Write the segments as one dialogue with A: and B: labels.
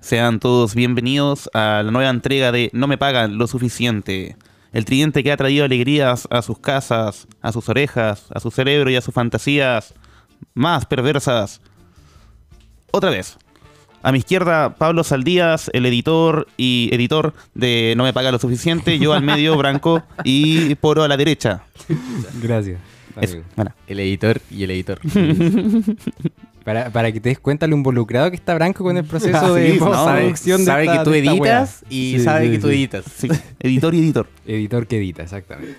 A: Sean todos bienvenidos a la nueva entrega de No me pagan lo suficiente. El tridente que ha traído alegrías a sus casas, a sus orejas, a su cerebro y a sus fantasías más perversas. Otra vez. A mi izquierda, Pablo Saldías, el editor y editor de No me pagan lo suficiente. Yo al medio, Branco, y Poro a la derecha.
B: Gracias.
A: Eso,
B: amigo.
A: bueno.
C: El editor y el editor.
B: Para, para que te des cuenta lo involucrado que está Branco con el proceso de
A: Sí, no,
C: sabe
B: postproducción de
C: pues, sabe
B: esta-
C: que tú
B: de esta
C: editas
B: wea.
C: y
B: Sí,
C: sabe
B: sí,
C: que tú
B: sí.
C: editas.
A: Sí, editor y editor.
B: Editor que edita, exactamente.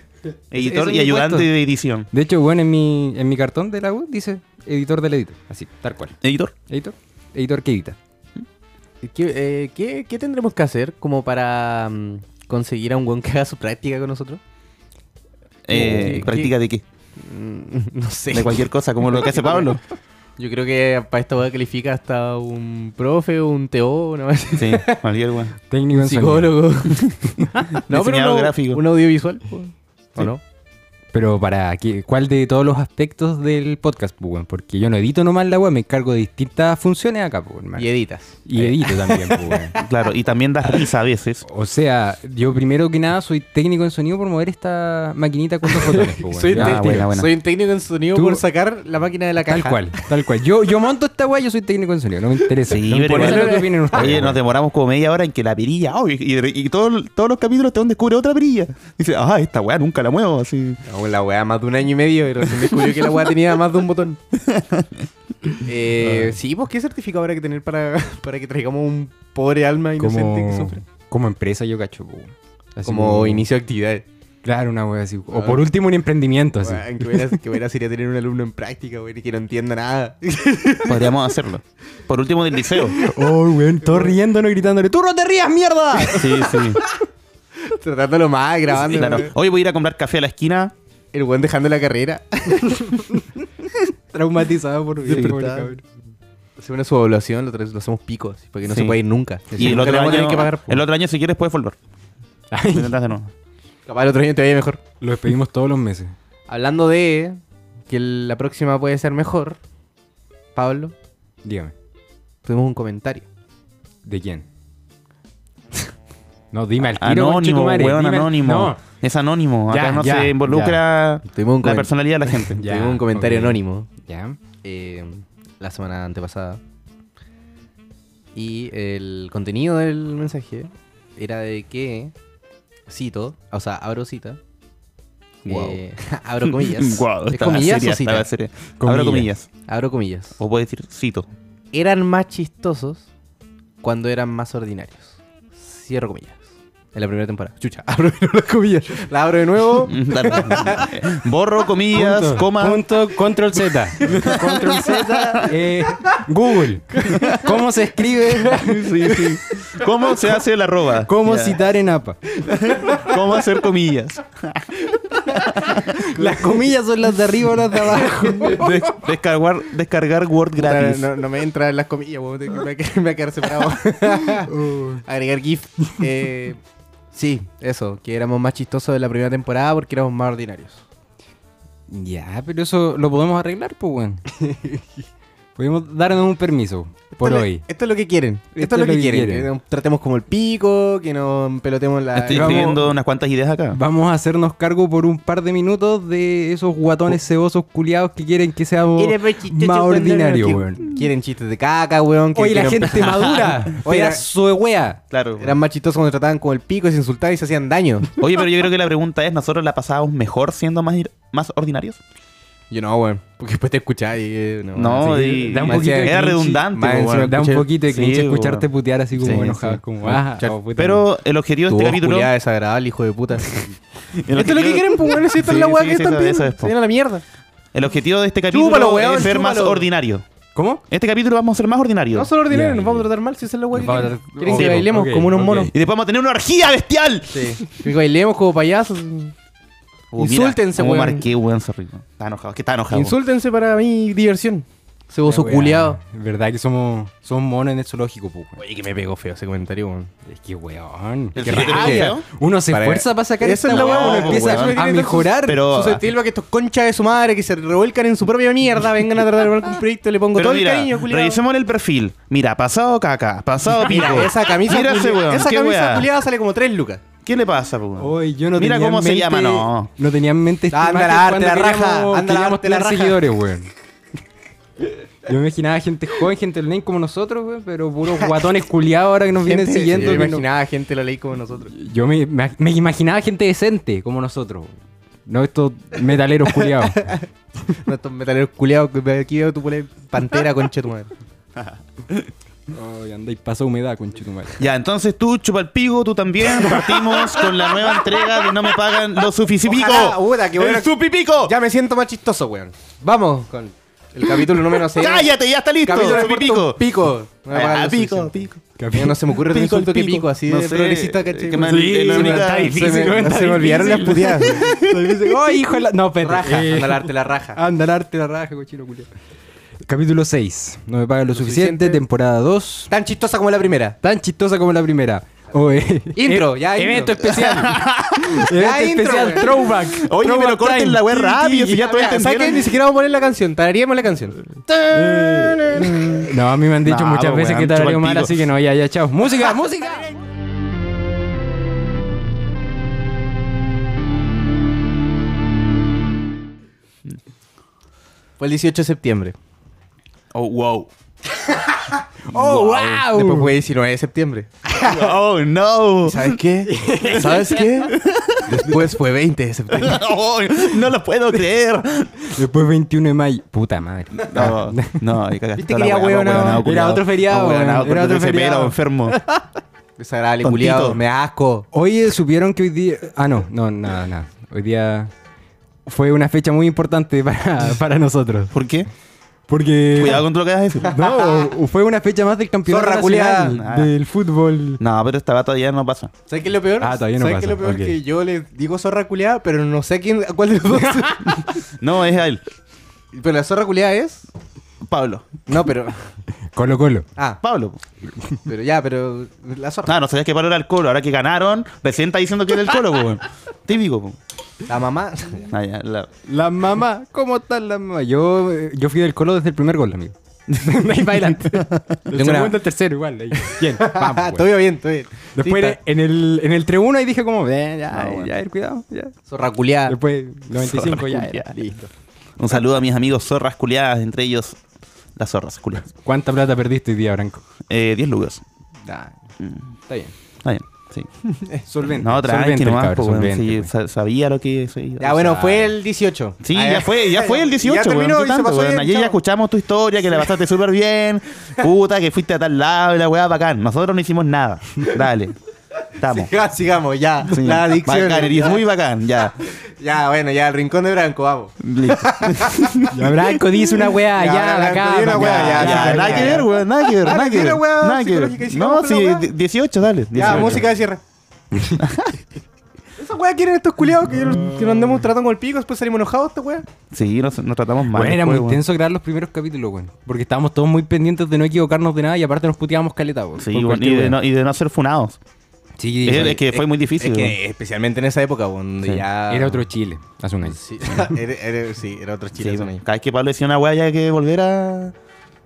A: Editor y
B: Eso es mi
A: ayudante
B: puesto.
A: de edición.
B: De hecho, bueno, en mi, en mi cartón de la U dice editor del editor. Así, tal cual.
A: Editor.
B: Editor, editor que edita.
C: ¿Qué, eh, qué- qué tendremos que hacer como para mm, conseguir a un buen que haga su práctica con nosotros?
A: Eh,
B: Eh,
C: ¿Qué-
A: ¿Práctica Eh, de qué?
C: Mm, no sé.
A: De cualquier cosa, como lo que hace Pablo.
C: Yo creo que para esta hueá califica hasta un profe, un TO, una vez.
A: Sí, cualquier weón.
B: Técnico en sonido.
C: psicólogo. no, pero
A: Diseñador
C: uno-
A: gráfico.
C: un audiovisual. po. ¿O
A: Sí.
C: no?
B: Pero para, qué- ¿cuál de todos los aspectos del podcast, pues, weón? Porque yo no edito nomás la web, me encargo de distintas funciones acá, pues, hermano.
C: Y editas.
B: Y edito también, pues, weón.
A: Claro, y también das risa a veces.
B: O sea, yo primero que nada soy técnico en sonido por mover esta maquinita con dos botones. pues, weón. Ya,
C: soy, un
A: Ah,
C: técnico-
A: buena, buena.
C: soy un técnico en sonido
B: Tú-
C: por sacar la máquina de la caja.
B: Tal cual, tal cual. Yo, yo monto esta weá, yo soy técnico en sonido, no me interesa.
A: Sí,
B: no me
A: pero
B: interesa
C: igual-
B: lo que opinen ustedes.
A: Oye, nos
B: weón.
A: demoramos como media hora en que la perilla, oh, y, y- y todo- todos los capítulos te descubre otra perilla. Dice, ah, esta weá nunca la muevo, así.
C: No, la weá más de un año y medio y recién descubrió que la weá tenía más de un botón. Eh, Sí, pues qué certificado habrá que tener para, para que traigamos un pobre alma inocente que
B: como,
C: sufre.
B: como empresa yo cacho, pues, weón. Así
C: Como, inicio de actividades.
B: Claro, una weá así. O
C: Ah.
B: por último un emprendimiento así.
C: Weá, que verás, que verás ir a tener un alumno en práctica, weón, y que no entienda nada.
A: Podríamos hacerlo. Por último, del liceo.
B: Oh, weón, todo riéndonos, gritándole, ¡tú no te rías, mierda!
A: Sí, sí.
C: Tratándolo más, grabando.
A: Claro.
C: weón.
A: Hoy voy a ir a comprar café a la esquina.
C: El weón dejando la carrera.
B: Traumatizado por vida, pobre
C: Despertado.
B: cabrón.
C: Según su evaluación, lo, tra- lo hacemos picos, para que no
A: Sí.
C: se pueda ir nunca.
A: Y el
C: Nunca
A: otro,
C: le vamos a
A: año,
C: tener que pagar. pues. po.
A: el otro año, si quieres, puedes volver.
B: Ay,
A: Intentas de nuevo.
C: pues. Capaz el otro año te vaya mejor.
B: Lo despedimos todos los meses.
C: Hablando de que el- la próxima puede ser mejor, Pablo,
B: Dígame,
C: tuvimos un comentario.
B: ¿de quién? No, dime al tiro,
A: Anónimo,
B: conchetumare,
A: weón,
B: dime al-
A: anónimo.
B: No,
A: Es anónimo. Acá
B: Ya,
A: no
B: ya,
A: se involucra
C: Tuvimos un,
A: la
C: comen-
A: personalidad de la gente.
B: Ya,
C: tuvimos un comentario
B: ok.
C: anónimo
B: ya.
C: eh, la semana antepasada. Y el contenido del mensaje era de que, cito, o sea, abro cita.
A: Guau.
C: eh, abro comillas.
A: Guau,
C: ¿Es
A: estaba
C: comillas
A: seria,
C: o cita?
A: estaba Oh. seria. Abro comillas.
C: Abro comillas.
A: O puedo decir cito.
C: eran más chistosos cuando eran más ordinarios. Cierro comillas. En la primera temporada. Chucha, abro de nuevo las comillas. La abro de nuevo.
A: Borro comillas,
B: Punto,
A: coma.
B: punto, control Z. Control Z. eh, Google. ¿Cómo se escribe?
A: ¿Cómo se hace la arroba?
B: ¿Cómo
A: Ya.
B: citar en APA?
A: ¿Cómo hacer comillas?
B: Las comillas son las de arriba o las de abajo.
A: Des- descargar, descargar Word
C: Puta,
A: gratis.
C: No, no me entran las comillas, weón, me voy a quedar- me voy a quedar separado. Agregar GIF. Eh, sí, eso, que éramos más chistosos de la primera temporada porque éramos más ordinarios.
B: Ya, pero eso lo podemos arreglar, pues, weón. Podemos darnos un permiso por
C: Esto es lo-
B: hoy.
C: esto es lo que quieren. Esto, es lo que, quieren. Que nos tratemos como el pico, que nos pelotemos la.
A: Estoy
B: Vamos-
A: escribiendo unas cuantas ideas acá.
B: Vamos a hacernos cargo por un par de minutos de esos guatones
A: Oh.
B: cebosos culiados que quieren que seamos más ordinarios, weón.
C: Quieren chistes de caca, weón. que
B: Oye, la
C: quieren-
B: gente madura.
C: Oye, la-
B: Pedazo de wea.
A: Claro.
C: Eran más chistosos cuando trataban como el pico, se insultaban y se hacían daño.
A: Oye, pero yo creo que la pregunta es, ¿nosotros la pasábamos mejor siendo más, ir- más ordinarios?
C: Yo no, weón. Porque después te escuchás y. eh, No,
B: este
A: No,
C: así
A: y-
C: que-
B: da un
C: me
B: poquito
C: hacía-
B: de
A: era
B: cringe,
A: redundante.
C: más
A: po,
C: encima
A: weón.
B: Da un
C: Escuché-
B: poquito de
A: sí,
B: cringe escucharte
A: weón.
B: putear así como
A: Sí,
B: enojado,
A: sí.
B: como
C: Bueno,
B: ah,
C: char-
B: oh, puta madre".
A: Pero el objetivo de
C: Tu
A: este
C: voz
A: capítulo...
C: culiada desagradable, hijo de puta.
A: el
C: Esto es lo que
A: objetivo-
C: quieren, pues, weón. Si esta es
A: Sí,
C: la weá
A: sí,
C: que
A: sí,
C: están
A: eso- eso es,
C: pidiendo.
A: po.
C: Se viene a la mierda.
A: El objetivo de este capítulo
C: Chúpalo, weón,
A: es ser más
C: chúpalo.
A: ordinario.
B: ¿Cómo?
A: En este capítulo vamos a ser más ordinarios.
C: No solo ordinarios,
B: Ya,
C: nos vamos a
B: ya.
C: tratar mal si esa es la weá que
B: Nos vamos a
C: quieren.
B: tratar-
C: Quieren
B: Sí,
C: que
B: po,
C: bailemos
B: ok,
C: como unos
B: ok.
C: monos.
A: Y después vamos a tener una orgía bestial.
C: Que bailemos como payasos.
A: Oh, mira,
C: Insúltense,
A: cómo
C: weón.
A: marqué, weón, sorry. Está enojado, que está enojado.
C: Insúltense para mi diversión. Se oso
B: Weá,
C: culiado.
B: Verdad que somos, somos monos en el zoológico, pues, weón.
C: Oye, que me pegó feo ese comentario, weón.
B: Es que, weón.
A: El
B: qué
A: siguiente
B: rabia.
A: video.
B: Uno se
C: Para-
B: esfuerza para sacar
C: Esa
B: esta
C: es la
B: weá,
C: weá, Ah,
B: uno
A: pues, weón,
B: empieza
A: weón.
B: a
C: Tiene
B: mejorar.
A: Pero-
C: Susceptible a que estos conchas de su madre que se revuelcan en su propia mierda vengan a tratar de armar un proyecto le pongo
A: Pero
C: todo
A: mira,
C: el cariño, culiado.
A: revisemos el perfil. Mira, pasado caca, pasado pico.
C: Mira, esa camisa,
A: Mira ese
C: culia-
A: weón,
C: esa
A: qué
C: camisa
A: weá.
C: culiada sale como 3 lucas.
A: ¿Qué le pasa, po, weón?
B: Hoy yo no
A: Mira
B: tenía
A: cómo
B: en
A: se
B: mente-
A: llama, no.
B: No tenía en mente esta
C: Ah, Anda,
B: imagen
C: la arte,
B: cuando
C: la raja,
B: queríamos-
C: anda, la
B: queríamos
C: arte, la
B: tener
C: raja.
B: seguidores, weón. Yo me imaginaba gente joven, gente online como nosotros, weón, pero puros guatones culiados ahora que nos vienen
C: Gente-
B: siguiendo.
C: Yo
B: que no-
C: imaginaba gente lo leí como nosotros.
B: Yo me, me- me imaginaba gente decente como nosotros, weón. No estos metaleros culiados.
C: No, estos metaleros culiados que aquí veo tu pole pantera, concha de tu madre.
B: Ay, andáis pasa humedad, conchetumal.
A: Ya, entonces tú, chupalpigo, tú también. Partimos con la nueva entrega de No me pagan lo suficipico.
C: Ojalá, puta, qué bueno.
A: ¡El supipico!
C: Ya me siento más chistoso, weón. Vamos con el capítulo número 6.
A: ¡Cállate! ¡Ya está listo!
C: Capítulo de
A: ¡Supipico!
C: Puerto pico. No me
A: Ah,
C: pagan lo
A: pico,
C: suficiente.
A: pico.
C: Mira, no se me ocurre otro
A: Pico, el
C: insulto que
A: pico.
C: pico, así
A: No
C: de
A: sé,
C: progresista, ¿cachai?
A: que me-
C: Se me-
A: eh, la
C: se me-
A: única-
C: se me-
A: difícil,
C: se me-
B: está
C: Se me olvidaron las
B: difícil.
C: puteadas.
B: ¡Ay, hijo de la... No, espérate.
C: Raja,
B: Eh,
C: anda al arte la raja.
B: Anda al arte la raja, cochino culiao. Capítulo 6. No me pagan lo, suficiente,
C: suficiente.
B: temporada 2.
C: Tan chistosa como la primera.
B: Tan chistosa como la primera. Oye.
C: Intro, ya intro.
B: Evento especial.
C: Ya
B: evento
C: intro,
B: especial,
C: weón.
B: throwback.
A: Oye,
B: Throwback
A: pero corten
B: time.
A: la wea rápido, si ya todo
C: Mira, ¿Sabes qué? Ni
A: entendieron.
C: siquiera vamos a poner la canción. Tararíamos la canción.
B: Eh, No, a mí me han dicho
A: Nah,
B: muchas
A: pues,
B: veces
A: weón,
B: que te
A: chupa
B: haré
A: el
B: mal,
A: pico.
B: así que no, ya, ya, chao. Música, música.
C: Fue el 18 de septiembre.
A: Oh, wow.
B: Oh, wow.
C: Después fue 19 de septiembre.
A: Oh, no.
C: ¿Sabes qué? ¿Sabes qué? Después fue 20 de septiembre.
A: Oh, no lo puedo creer.
B: Después 21 de mayo. Puta madre.
A: No, no, ahí cagaste.
C: Viste
A: la
C: que era
A: weá,
C: hueonao.
A: weonao,
B: Era
A: culiao.
B: otro feriado,
A: Oh, weonao,
B: weón, era
A: corte
B: otro
A: ese pelo,
B: feriado.
A: enfermo.
C: Desagradable,
A: Tontito.
C: culiado. Me asco.
B: Oye, supieron que hoy día. Ah, no, no, nada, nada. Hoy día fue una fecha muy importante para, para nosotros.
A: ¿Por qué?
B: Porque.
A: Cuidado con todo lo que vas a decir.
B: No, fue una fecha más del campeonato
C: Zorra,
B: nacional
A: culiá.
B: del fútbol.
A: No, pero esta bata ya no pasa.
C: ¿Sabes qué es lo peor?
B: Ah, todavía no
C: ¿Sabes qué es
B: pasa,
C: lo peor?
B: ok.
C: Que yo le digo zorra culiada, pero no sé a quién, a cuál de los dos.
A: No, es a él.
C: pero la zorra culiada es.
A: Pablo.
C: No, pero.
B: Colo Colo.
C: Ah,
A: Pablo.
C: pero ya, pero. La zorra.
A: Ah, no sabías que Pablo era el colo. Ahora que ganaron, recién está diciendo que era el colo, po, weón. Típico, po.
C: La mamá.
A: Ah, ya, la-
B: Las mamás, ¿cómo están las mamás? Yo, eh, yo fui del Colo desde el primer gol, amigo. ahí para adelante. El
C: Tengo una-
B: segundo, el tercero, igual. ahí. Bien, vamos, weón.
A: pues.
C: todo iba Ah, bien, todo bien.
B: Después
C: Sí,
B: eh,
C: está.
B: en el, en el 3-1 ahí dije como, "Ven, ya,
A: No, bueno.
B: ya, cuidado, ya.
C: Zorra culiada.
B: Después 95 ya,
A: culiá.
B: era, listo.
A: Un saludo a mis amigos zorras culiadas, entre ellos las zorras culiadas.
B: ¿Cuánta plata perdiste hoy día, Branco?
A: Eh, 10 lucas.
B: Está bien.
A: Está bien, sí.
B: Eh, Solvente.
A: No, otra vez
B: solvente
A: que
B: el
A: nomás,
B: cabrón,
A: po, weón.
B: solvente,
A: Sí,
B: pues,
A: sa-
B: weón.
A: sabía lo que se iba.
C: Ya, bueno, fue el 18.
A: Sí,
C: Ah,
A: ya fue, ya fue el 18,
C: Ya
A: weón,
C: terminó
A: ¿qué
C: y se
A: tanto,
C: pasó
A: weón?
C: bien,
A: Ayer ya
C: chao.
A: escuchamos tu historia, que la pasaste súper bien. Puta, que fuiste a tal lado y la weá bacán. Nosotros no hicimos nada. Dale. Estamos.
C: Siga- sigamos, ya.
A: Sí,
C: La adicción.
A: bacán, eres
C: ya.
A: muy bacán, ya.
C: Ya, bueno, ya, el rincón de Branco, vamos.
A: Listo.
B: Ya, Branco dice una weá,
C: Ya,
B: ya, de
C: Branco,
B: acá.
C: di una
B: pa'
C: weá,
B: acá,
C: ya,
B: ya,
C: ya,
B: ya,
A: nada
B: ya,
A: que
B: ya.
A: ver, weón, nada que ver,
C: Ah,
A: nada que
C: no
A: ver.
C: quiero, weón,
A: Nada que
C: psicológica, y
A: ver.
C: sigamos
A: No,
C: con
A: sí,
C: la weá.
A: di- 18, dale.
C: Ya,
A: 18.
C: música de cierre. Esa weá quieren estos culiados que, yo- que nos andemos tratando con el pico, después salimos enojados, esta weá.
A: Sí, nos, nos tratamos mal.
B: Bueno, era
A: después,
B: muy
A: pues, weón.
B: tenso grabar los primeros capítulos, weón. Porque estábamos todos muy pendientes de no equivocarnos de nada y aparte nos puteábamos caleta, weón.
A: Sí,
B: por
A: weón,
B: cualquier
A: y, de
B: weá.
A: no, y de no ser funados.
B: Sí,
A: es,
B: weón.
A: es que fue muy difícil.
C: Es
A: weón.
C: que especialmente en esa época, weón, donde
A: Sí.
C: ya...
B: Era otro Chile, hace un año.
C: Sí, era, era- sí, era otro
A: Sí,
C: chile. hace un año.
A: cada vez que Pablo decía una weá, ya hay que volver a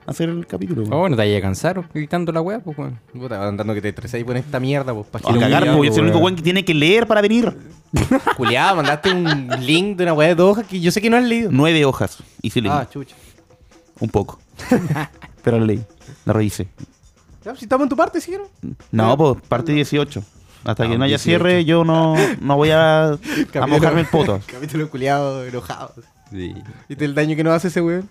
A: hacer el capítulo. weón.
B: Oh, bueno, te vayas a cansar gritando la weá, pues, weón.
C: Puta, andando que te estresáis con esta mierda,
A: A
C: pues,
B: lo
C: pajero.
A: cagar,
B: humillado,
A: porque es el único
B: weón.
A: weón que tiene que leer para venir.
C: Culiado, mandaste un link de una weá de dos hojas que yo sé que no has leído.
A: Nueve hojas. Y sí leí.
C: Ah, chucha.
A: Un poco. Pero la leí. La revisé.
C: Ya, pues, si estamos en tu parte, ¿sí? ¿no?
A: No, pues parte 18. Hasta
C: Ah,
A: que
B: No,
A: no haya
B: 18.
A: cierre, yo no, no voy a, a mojarme el poto.
C: Capítulo culiado, enojado.
B: Sí.
C: ¿Viste el daño que nos hace ese weón?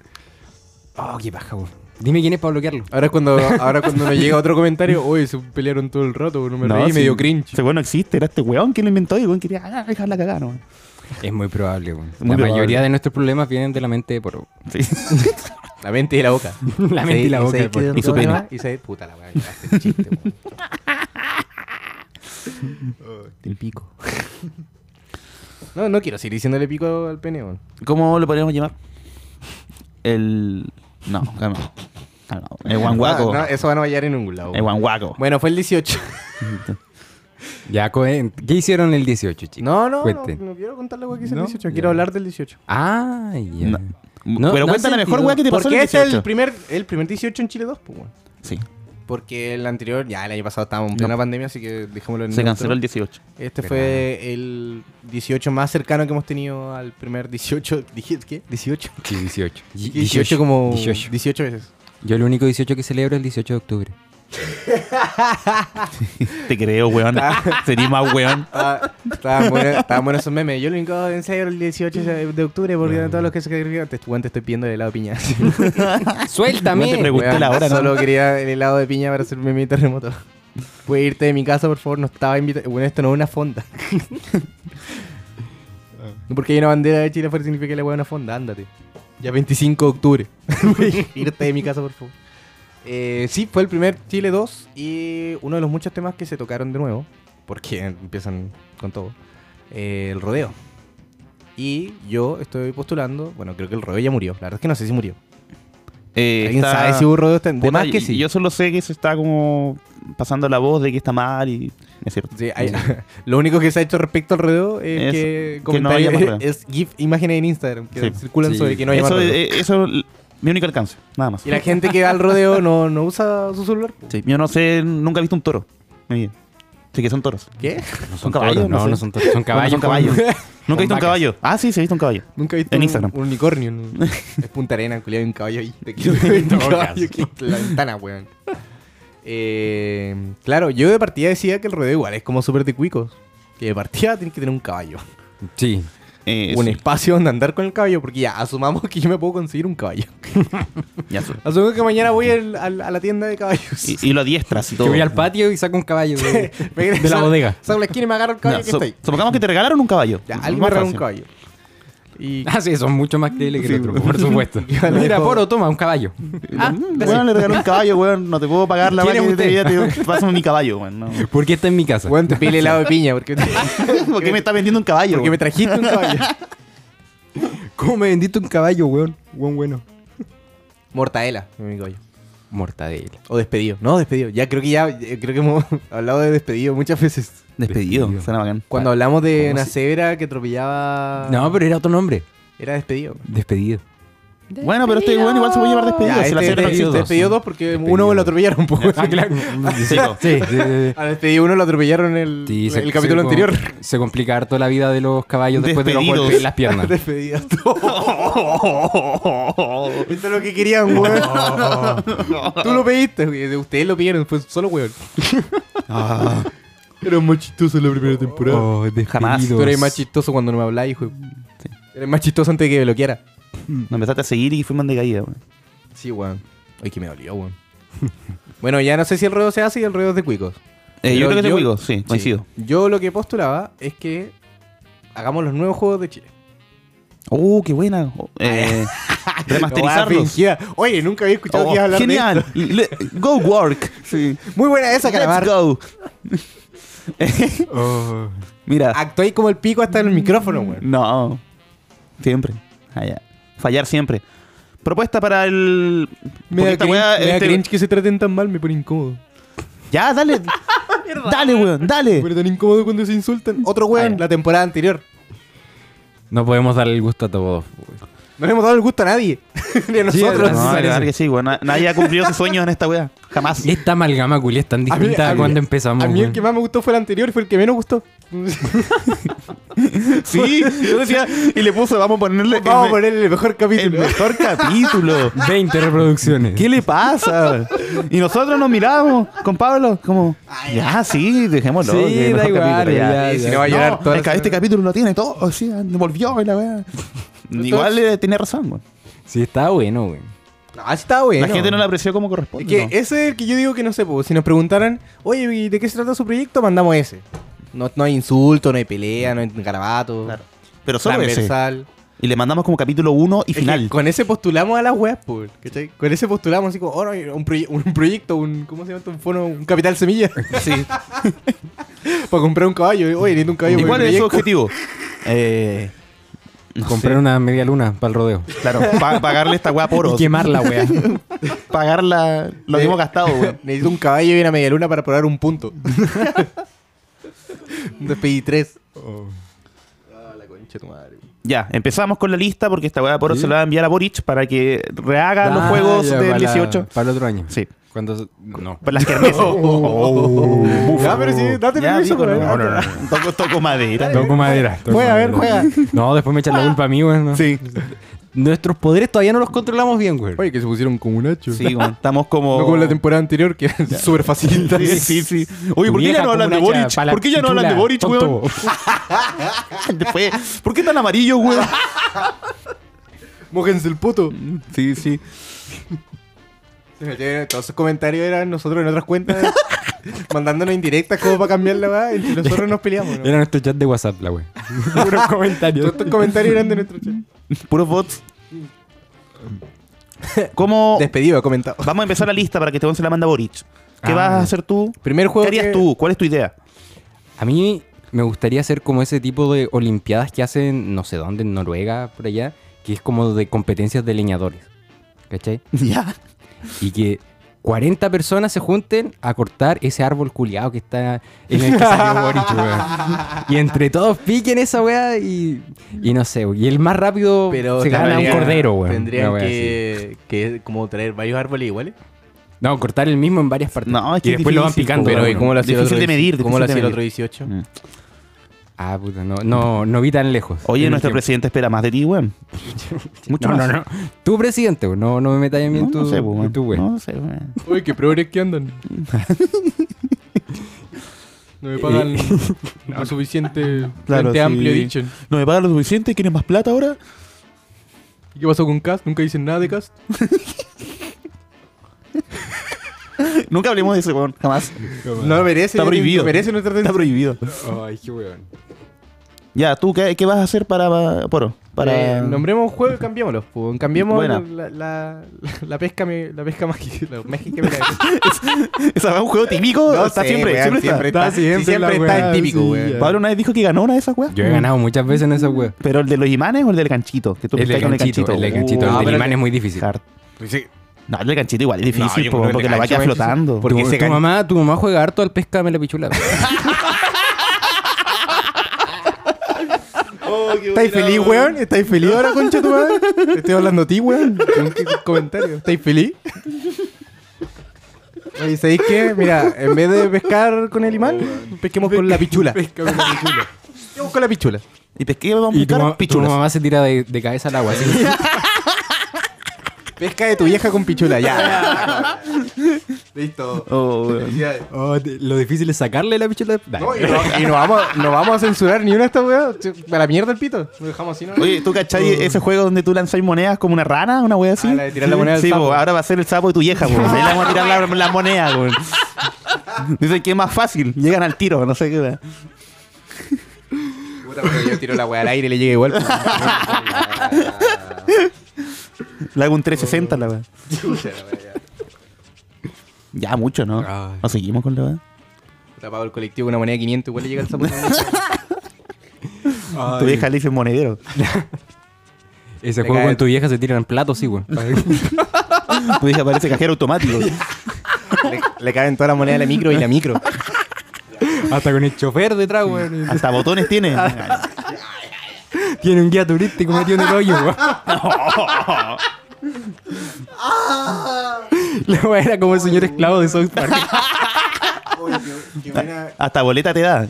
B: Oh, qué paja, weón. Dime quién es para bloquearlo.
C: Ahora es cuando, ahora cuando nos llega otro comentario, uy, se pelearon todo el rato, no me
A: No,
C: reí,
A: sí.
C: me dio cringe.
A: Ese weón no existe. Era este weón que lo inventó y el weón quería ah, dejarla cagar, ¿no?
B: Es muy probable, weón. La
A: Muy probable.
B: mayoría de nuestros problemas vienen de la mente de Poro.
A: Sí.
C: La mente y la boca.
B: La mente y la boca,
C: sabéis
B: por-
C: que-
A: y su pene.
C: Y sabéis- puta la weá, ya, este chiste, weón. Oh,
A: El pico.
C: No, no quiero seguir diciéndole pico al pene, weón.
A: ¿Cómo lo podríamos llamar? El. No, calma. calma. El guanguaco.
C: Ah, No, eh, no, eso van a hallar en ningún lado.
A: El guanguaco.
C: Bueno, fue el 18.
B: Ya, Cohen, ¿qué hicieron el 18, chicos?
C: No, no, no,
B: Cuenten.
C: no quiero contar la weá que hice
B: No,
C: el 18.
B: ya.
C: Quiero hablar del 18.
B: Ah, ya.
A: No.
B: No,
A: Pero
B: no
A: cuenta la
B: sentido.
A: mejor weá que te pasó
C: Porque este
A: el
C: es
A: 18.
C: el primer, el primer 18 en Chile 2, pues, weón.
A: Sí,
C: Porque el anterior, ya el año pasado estábamos en
A: No.
C: plena pandemia, así que dejémoslo en
A: se
C: neutro.
A: canceló el 18.
C: Este
B: Verdad.
C: fue el 18 más cercano que hemos tenido al primer 18. ¿Dije qué? 18.
B: Sí, 18.
C: 18, como 18,
B: 18.
C: veces.
B: Yo el único 18 que celebro es el 18 de octubre.
A: Te creo, weón. Sería más weón.
C: Ah, Estaban buenos estaban buenos esos memes. Yo lo único en serio el 18 de octubre porque todos los que se querían. Te, weón, te estoy pidiendo el helado de piña.
A: No te
B: Ah, ¡Suéltame!
A: preocupes. gustó
C: Weón,
A: la hora, ¿no?
C: Solo quería el helado de piña para hacer meme de terremoto. Puedes irte de mi casa, por favor. No estaba invitado. Bueno, esto no es una fonda. No porque hay una bandera de Chile afuera significa que la weá es una fonda. Ándate. Ya 25 de octubre. Puedes irte de mi casa, por favor. Eh, sí, fue el primer Chile 2 y uno de los muchos temas que se tocaron de nuevo. Porque empiezan con todo. eh, el rodeo. Y yo estoy postulando. Bueno, creo que el rodeo ya murió. La verdad es que no sé si murió.
A: Eh,
C: ¿Alguien
A: está-
C: sabe si hubo rodeo? Está- De
A: Puta,
C: más que
A: y-
C: sí.
A: Yo solo sé que se está como pasando la voz de que está mal y es cierto.
C: Sí, hay- lo único que se ha hecho respecto al rodeo es,
A: Es
C: que,
A: que no haya
C: comentarios-
A: más rodeo.
C: es GIF, imágenes en Instagram que
A: Sí.
C: circulan
B: Sí.
C: sobre que no haya más
A: eso,
C: rodeo.
A: eh, eso l- mi único alcance, nada más.
C: Y la gente que va al rodeo no, no usa su celular.
A: Sí, yo no sé, nunca he visto un toro. Muy bien. Sí que son toros.
C: ¿Qué?
B: No
A: son caballos,
B: toros,
A: no
B: no,
A: sé.
B: no son toros, son caballos.
A: son caballos.
B: Juan.
A: Nunca he visto un
B: vacas.
A: caballo. Ah, sí, sí he visto un caballo.
C: Nunca he visto
A: En
C: un,
A: Instagram.
C: un unicornio. un- es Punta Arena, culiado, hay un caballo ahí. Te quiero
B: todo
C: un caballo
B: caso.
C: aquí en la ventana, weón. Eh, claro, yo de partida decía que el rodeo igual es como súper de cuicos. Que de partida tienes que tener un caballo.
B: Sí.
A: Eh,
C: Un
A: sí,
C: espacio donde andar con el caballo. Porque ya asumamos que yo me puedo conseguir un caballo.
A: ya sé.
C: Asumo que mañana voy al- al- a la tienda de caballos.
A: Y, y lo adiestras y todo.
B: Que voy al patio y saco un caballo de,
C: Me-
B: de la
C: sal-
B: bodega.
C: Salgo a la esquina y me agarro el
A: Ya,
C: caballo que
A: so-
C: está ahí.
A: supongamos que te regalaron un caballo.
C: Ya,
A: Más
C: alguien me agarra un
A: fácil.
C: caballo. Y
B: Ah, sí, son mucho más creíbles que el
C: Sí,
B: otro, por supuesto.
C: Ya lo
B: Mira,
C: dejo.
B: Poro, toma, un caballo. Ah,
A: Mm, weón, le regaló un caballo, weón. No te puedo pagar la
B: ¿Quién es
A: máquina de vida,
B: usted?
A: te pásame mi caballo, weón. no.
B: ¿por qué está en mi casa?
C: bueno, te pide helado de piña porque, porque
A: ¿Por qué me está vendiendo un caballo?
C: me trajiste un caballo.
B: ¿Cómo me vendiste un caballo, weón? Buen bueno.
C: Mortadela, mi caballo.
B: Mortadela.
C: O despedido. No, despedido. Ya creo que ya eh, creo que hemos hablado de despedido muchas veces.
A: Despedido,
B: Despedido.
A: suena bacán.
C: Cuando hablamos de
B: ¿Cómo
C: una
B: se-
C: cebra que atropellaba
B: No, pero era otro nombre.
C: era despedido.
B: Despedido.
A: Bueno, pero este weón igual se puede llevar despedido.
C: Ya,
A: si la
C: este,
A: cebra no
C: este-
A: existe.
B: dos.
C: despedido dos porque
B: Despedido
C: uno lo
B: dos.
C: atropellaron poco.
B: Ah, claro. Sí, sí, sí, sí.
C: Al despedido uno lo atropellaron el,
B: Sí, se-
C: el capítulo
B: se-
C: anterior.
B: Se complica harto la vida de los caballos después de los
A: Despedidos.
B: golpes en las piernas.
C: Despedido. Esto es lo que querían, weón. Tú lo pediste, güey. Ustedes lo pidieron, fue solo weón.
A: Ah.
C: Era más chistoso en la primera temporada.
B: Oh, despedidos.
A: Jamás.
C: Tú eres más chistoso cuando no me hablas, hijo. Eres más chistoso antes de que me bloqueara.
A: Nos empezaste a seguir y fuimos de caída, weón.
C: Sí, weón. Ay, que me dolió, weón. bueno, ya no sé si el ruido se hace y el ruido es de cuicos.
A: Eh, yo creo
C: Pero
A: que
C: yo-
A: te digo, sí, coincido.
C: Sí. Yo lo que postulaba es que hagamos los nuevos juegos de Chile.
A: Uh, qué buena. Oh, eh,
C: Weón,
A: remasterizarlos.
C: fingida. Oye, nunca había escuchado que ibas a
A: Oh,
C: hablar de
A: genial. Le- go work. Sí.
C: esto. Muy buena esa,
A: Let's
C: Calamar.
A: go.
B: Oh.
A: Mira.
C: Actuáis como el pico hasta en el micrófono,
A: Mm.
C: weón.
A: No. Siempre. Ah, ya. Fallar siempre. Propuesta para el.
C: Me
A: porque
C: da,
A: esta
C: cringe,
A: weá,
C: me da
A: este-
C: cringe que se traten tan mal, me pone incómodo.
A: Ya, dale. dale, weón,
C: Me
A: dale.
C: pone tan incómodo cuando se insultan. Otro weón,
A: Ah, ya.
C: la temporada anterior.
B: No podemos darle el gusto a todos. weón.
C: No le hemos dado el gusto a nadie. Ni a
B: Sí,
C: nosotros.
A: No,
B: Pero sí
A: hay que
B: parece.
A: decir que sí, weón. Na- Nadie ha cumplido sus sueños en esta weá. Jamás.
B: Esta amalgama culia es tan
C: A mí-
B: distinta a,
C: a mí-
B: cuando empezamos.
C: A mí el
B: weón.
C: que más me gustó fue el anterior, fue el que menos gustó.
A: Sí, yo decía, y le puso, vamos a ponerle
C: Vamos a
A: el,
C: ponerle el mejor
A: el
C: capítulo.
A: mejor capítulo.
B: 20 reproducciones.
A: ¿Qué le pasa? Y nosotros nos miramos con Pablo, como, ya, sí, dejémoslo.
B: Sí,
A: que es el
B: da
A: mejor
B: igual,
A: capítulo,
B: ya,
C: Sí, si no va a llorar
A: No,
C: toda la
A: es que
C: semana.
A: este capítulo lo tiene todo, o sea, volvió y la weá. Igual eh, tiene razón, weón.
B: Sí, está bueno, güey.
C: No, así está bueno.
A: La gente no lo apreció como
C: Es
A: corresponde.
C: que
A: no.
C: ese es el que yo digo que no sé, po. si nos preguntaran, oye, ¿y ¿de qué se trata su proyecto? Mandamos ese. No, no hay insulto, no hay pelea, no hay garabato.
A: Claro. Pero solo ese.
C: transversal.
A: Y le mandamos como capítulo 1 y
C: Es que
A: final.
C: con ese postulamos a las webs, po, ¿cachai? Con ese postulamos así como, oh, no, un, proye- un proyecto, un, ¿cómo se llama? esto? Un fono, un capital semilla.
A: Sí.
C: para comprar un caballo. Oye, necesito un caballo.
A: ¿Y
C: para mi
A: cuál es su
C: proyecto.
A: objetivo? Eh,
B: Comprar una media luna para el rodeo.
A: Claro, pa- pagarle esta weá por
B: Y quemar la wea.
A: Pagar la- lo que hemos gastado, weón.
C: Necesito un caballo y una medialuna para probar un punto. un despedí tres. Ah, la concha de tu madre.
A: Ya, empezamos con la lista porque esta weá por
B: Sí.
A: se la va a enviar a Boric para que rehaga los
B: Ah,
A: juegos
B: ya,
A: del
B: para-
A: 18.
B: Para el otro año.
A: Sí,
B: Cuando. se- No.
A: para las kermeses.
C: Oh, Ya, pero sí, date
A: Ya,
C: permiso,
A: digo,
C: weón.
A: no, no, no, no. Toco, toco madera.
B: Toco madera. toco
C: Juega, a ver,
B: madera. No, después me echan la culpa a mí, weón. ¿no?
A: Sí,
B: Nuestros poderes todavía no los controlamos bien, güey.
C: Oye, que se pusieron como un hacho.
A: sí, weón, estamos como...
C: No como la temporada anterior, que eran súper facilitas.
A: Sí, sí, sí. Oye, ¿por qué ya no hablan de Boric? ¿Por qué ya no hablan de Boric, weón? Después, ¿Por qué tan amarillo, weón?
C: Mójense el puto.
A: Sí, sí.
C: Todos esos comentarios eran nosotros en otras cuentas mandándonos indirectas como para cambiar la va. Entre nosotros nos peleamos. ¿no?
B: Era nuestro chat de WhatsApp, la wea. Puros comentarios.
C: Todos estos comentarios eran de nuestro chat.
A: Puros bots. ¿Cómo
C: Despedido, comentado.
A: Vamos a empezar la lista para que te se la manda Boric. ¿Qué
B: Ah.
A: vas a hacer tú?
C: Primer
A: ¿Qué
C: juego.
A: harías
C: que-
A: tú? ¿Cuál es tu idea?
B: A mí me gustaría hacer como ese tipo de olimpiadas que hacen no sé dónde, en Noruega, por allá, que es como de competencias de leñadores. ¿Cachai?
A: Ya.
B: Y que 40 personas se junten a cortar ese árbol culiado que está en el que salió Boric, weón. Y entre todos piquen esa weá y, y no sé, y el más rápido
C: Pero
B: se gana un
C: tendrían-
B: cordero, weón. Una
C: Tendrían
B: weá
C: que, que como traer varios árboles iguales.
B: así. No, cortar el mismo en varias partes.
A: No, es que
B: y
A: es
B: después lo van
A: difícil,
B: picando.
A: pero
B: cada
A: ¿y
B: uno.
A: cómo lo hacía el Difícil otro de dieci- medir,
C: ¿Cómo lo hacía el otro
A: difícil
C: 18?
A: Mm.
B: Ah, puta, no, no, no vi tan lejos.
A: Oye,
B: En
A: nuestro
B: el tiempo.
A: presidente espera más de ti, weón. Mucho
B: no,
A: más.
B: no, no. Tu presidente, weón, no, no me metas a mí
A: No,
B: en tu,
A: no sé, weón.
B: en tu weón.
A: No sé, weón.
C: Uy, qué progres que andan. No me pagan lo suficiente
A: Eh, Claro, sí.
C: Frente Amplio Edition.
A: ¿No me pagan lo suficiente? ¿Quieres más plata ahora?
C: ¿Y qué pasó con Cast? ¿Nunca dicen nada de Cast?
A: Nunca hablemos de eso, weón. Jamás.
C: No lo merece.
A: Está
C: yo-
A: prohibido.
C: Merece nuestra atención.
A: prohibido.
B: Ay, qué weón.
A: Ya, ¿tú qué, qué vas a hacer para... para- Poro? Para...
C: Eh, nombremos un juego y cambiémoslo. pues, Cambiemos
A: Buena.
C: la, la, la pesca me- la pesca mágica. La mágica me cae.
A: ¿Esa es un juego típico?
C: No
A: está
C: sé,
A: siempre,
C: weón,
A: siempre, está.
C: está.
B: está siempre
C: Sí, siempre
B: la
C: está
B: weá,
C: el típico,
B: sí,
C: weón.
B: ya.
A: Pablo una vez dijo que ganó una de esas, weón.
B: Yo he ganado muchas veces en esa weón.
A: Pero el de los imanes o el del ganchito. Que tú
B: El
A: pescas
B: del
A: con
B: ganchito, el del ganchito.
A: Uh,
B: el del
A: pero-
B: imán es muy difícil.
A: Hard. No, el del ganchito igual es
C: No, yo
A: difícil,
C: creo
A: po,
C: que el
A: porque la va a
C: gancho
A: quedar
C: es difícil.
A: flotando.
B: Porque tu,
A: se
B: tu mamá, tu mamá juega harto al pescame la pichula.
C: ¿Estáis feliz, weón? ¿Estáis feliz ahora, concha tu madre? Te estoy hablando a ti, weón. Un qué- comentario. ¿Estáis feliz? Oye, ¿sabéis qué? Mira, en vez de pescar con el imán, pesquemos con la pichula. Pesquemos con la pichula. Pesquemos con la pichula.
A: Y pesqué vamos a
B: y tu,
A: buscar
B: ma- tu
A: pichulas.
B: mamá se tira de, de cabeza al agua. así.
C: Pesca de tu vieja con pichula, ya. Listo.
A: Oh, weón.
C: Felicidades.
B: Oh, te- lo difícil es sacarle la pichula. Dale.
C: No, y no, y no vamos, no vamos a censurar ni una de estas weón. A la mierda el pito. Lo dejamos así, ¿no?
A: Oye, ¿tú cachai ese juego donde tú lanzas monedas como una rana, una wea así?
C: Oh. Ah, la de tirar la moneda al
A: Sí,
C: sapo.
A: po, ahora va a ser el sapo de tu vieja, po. Ahí le vamos a tirar la, la moneda, weón. Dicen que es más fácil, llegan al tiro, no sé qué. wea.
C: Puta, pero yo tiro la weá al aire y le llega igual. pues.
A: Le hago un 360 la wea.
C: Chucha, la weá, ya.
A: Ya, mucho, ¿no?
B: Ay.
A: ¿No seguimos con la wea?
C: Tapado el colectivo una moneda de 500, igual le llega el sapo.
A: Tu vieja le dice monedero.
B: Ese
C: Te
B: juego
C: cae-
B: con tu vieja se tiran platos, sí, weón.
A: Tu vieja parece cajero automático.
C: le, le caben toda la moneda de la micro y la micro.
B: Hasta con el chofer detrás, weón.
A: Hasta botones tiene.
B: Tiene un guía turístico metido en el hoyo, weón. La weá era como el señor esclavo de South Park.
A: Hasta boleta te da.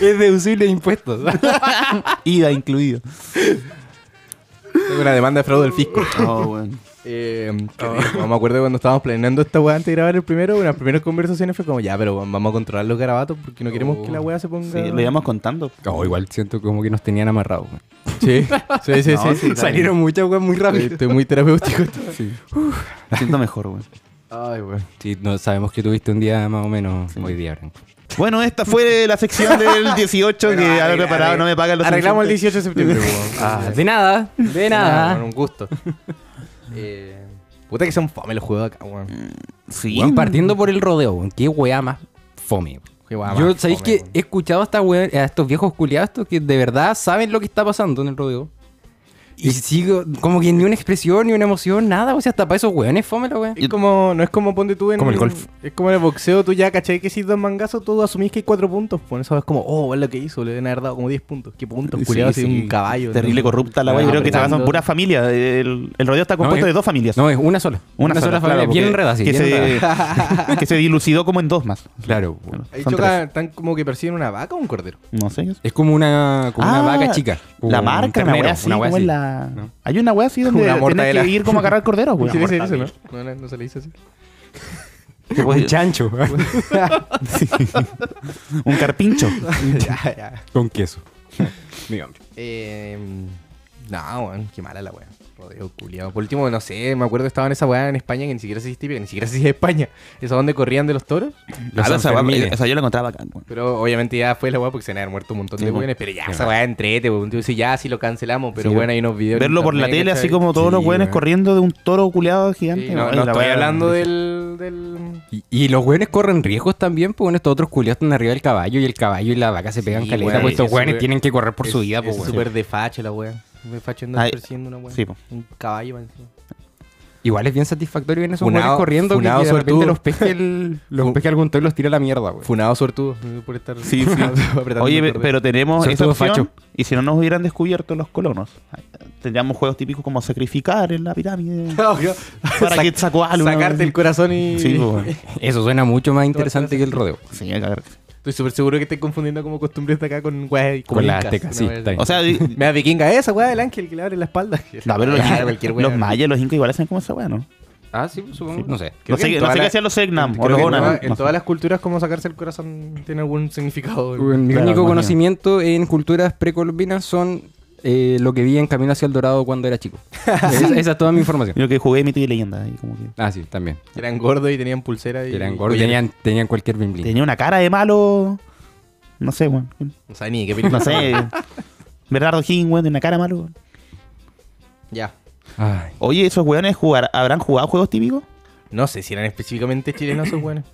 B: es deducible de impuestos.
A: Ida incluido.
C: Tengo una demanda de fraude del fisco.
A: Oh, weón.
C: Eh, que no me acuerdo cuando estábamos planeando esta weá antes de grabar el primero, unas primeras conversaciones fue como, ya, pero vamos a controlar los garabatos porque no queremos
B: Oh.
C: que la weá se ponga.
A: Sí, lo íbamos contando.
B: Oh, igual siento como que nos tenían amarrados, weón.
C: Sí, sí, sí.
A: No,
C: sí.
A: sí.
B: Salieron muchas weas muy
C: Estoy-
B: rápido.
C: Estoy muy terapéutico.
A: Me siento mejor, weón.
C: Ay, weón.
B: Sí, no, sabemos que tuviste un día más o menos hoy día, Branco.
A: Bueno, esta fue la sección del 18 que había preparado, no me pagan los
C: Arreglamos el
A: insultos.
C: 18 de septiembre, weón.
B: Ah, de nada, de
C: Con
B: nada.
C: un gusto. Eh, puta que son fome los juegos acá, weón.
A: Sí.
B: Weón, partiendo por el rodeo, weón. Qué wea más fome. weón.
C: Qué guay,
B: Yo,
C: más
B: ¿sabéis
C: fome,
B: que he escuchado a, esta wea- a estos viejos culiados estos que de verdad saben lo que está pasando en el rodeo? Y, sigo, como que ni una expresión, ni una emoción, nada. O sea, hasta para esos weones, fome la wea.
C: Es como, no es como ponte tú en.
B: Como el golf.
C: Es como en el boxeo, tú ya caché que si dos mangazos, tú asumís que hay cuatro puntos. Por eso es como, oh, es lo que hizo, le deben haber dado como 10 puntos. ¿Qué puntos?
A: Sí,
C: Culiado, si
A: sí.
C: un caballo.
A: Terrible
C: ¿no?
A: corrupta la
C: Ah,
A: wea. Yo creo que
C: pero-
A: esta son puras familias. El, el rodeo está compuesto
B: es-
A: de dos familias.
B: eh, No, es una sola. Una, sola,
A: claro,
B: familia. bien
A: porque-
B: enredada, sí.
A: que,
B: bien enredada.
A: se, que se dilucidó como en dos más.
B: Claro.
C: Ahí
A: Son
C: chocan, están como que persiguen una vaca o un cordero.
A: No sé.
B: Es como una, como
A: Ah,
B: una vaca chica. como
A: La
B: un
A: marca, una
B: ternero,
A: wea así.
B: una wea
A: como
B: así.
A: en la-
B: ¿no?
A: Hay una wea así donde
C: Una
A: tenés
C: mortadela.
A: que ir como a agarrar corderos,
C: ¿Sí
A: weón.
C: le dicen eso, no? No, no, no se le dice así.
B: Un chancho.
A: Un carpincho.
C: ya, ya.
B: Con queso.
C: Eh, no, weón, qué mala la weá. Rodeo culiado. Por último, no sé, me acuerdo que estaba en esa weá en España que ni siquiera se existía, ni siquiera se existía España. Esa donde corrían de los toros.
B: Los
A: Claro, esa wea-
B: Sanfermines.
A: esa yo la encontraba acá, weón.
C: Pero obviamente ya fue la weá porque se han muerto un montón de
B: Sí,
C: weones. Pero ya,
B: Sí,
C: esa weá entrete, weón. Tú dices, ya, si lo cancelamos, pero
B: Sí,
C: bueno, hay unos videos. en
A: Verlo por la
C: internet,
A: tele,
C: ¿cachai?
A: así como todos
B: Sí,
A: los güeyes
B: weón.
A: corriendo de un toro culeado gigante.
C: Sí, no,
A: weón,
C: no
A: la
C: estoy
A: weá-
C: hablando del. del...
B: Y, y los güeyes corren riesgos también, porque estos otros culiados están arriba del caballo y el caballo y la vaca se pegan
C: Sí,
B: caleta,
C: güey,
B: pues estos
C: es
B: güeyes
C: súper-
B: tienen que correr por su
C: es-
B: vida,
C: es
B: pues güey.
C: súper de facho la weá. De facho andar
A: Ay,
C: persiguiendo una weá.
A: sí, po.
C: un caballo para encima.
B: Igual es bien satisfactorio ver esos
C: Funado-
B: güeyes corriendo que-
C: funado
B: que de
C: sobre
B: repente
C: todo.
B: los pesque el- los pesque algún toro y los tira a la mierda, güey.
C: Funado sortudo eh, por estar
A: Sí, sí.
C: apretando
A: Oye,
C: el
A: pe-
C: cordero.
A: pero tenemos
B: Sobre
A: esa
B: todo
A: opción.
B: facho.
A: Y si no nos hubieran descubierto los colonos, tendríamos juegos típicos como sacrificar en la pirámide. para
C: Sac-
A: que sacó algo.
C: Sacarte el corazón y.
A: Sí, po.
B: Eso suena mucho más interesante que el rodeo.
A: Sí, a cagar.
C: Estoy súper seguro que estoy confundiendo como costumbres de acá con weas
B: Con las
C: incas,
B: aztecas,
C: una
B: sí,
C: wea
B: está
C: así.
B: bien.
A: O sea, di-
C: Me da vikinga esa wea del ángel que le abre la espalda.
A: no, pero los,
C: Claro, cualquier wea.
A: los mayas, los incas igual hacen como esa weá, ¿no?
B: Ah, sí,
C: pues,
B: supongo. No
A: No
B: sé.
C: Creo que
A: sé,
C: en
A: qué- no
C: toda
A: sé
C: la-
A: qué hacían los Segnam o
C: Creo
A: los
C: que en
A: Onan.
C: toda-
A: no
C: en
A: sé.
C: todas las culturas, como sacarse el corazón tiene algún significado.
B: Mi
A: Claro,
B: único
A: imagino.
B: conocimiento en culturas precolombinas son eh, lo que vi en Camino hacia el Dorado cuando era chico. Es- esa es toda mi información.
A: Yo que jugué mito y leyenda. y como que-
B: Ah, sí, también.
C: Eran gordos y tenían pulsera. Y
B: Eran gordos,
C: Oye,
B: tenían, tenían cualquier bling bling.
A: Tenía una cara de malo. No sé, weón.
C: No sé ni de qué película.
A: No sé. Bernardo Higgins, weón, de una cara de malo. weón.
C: Ya.
B: Ay.
A: Oye, ¿esos weones jugar, habrán jugado juegos típicos?
C: No sé si eran específicamente chilenos esos buenos.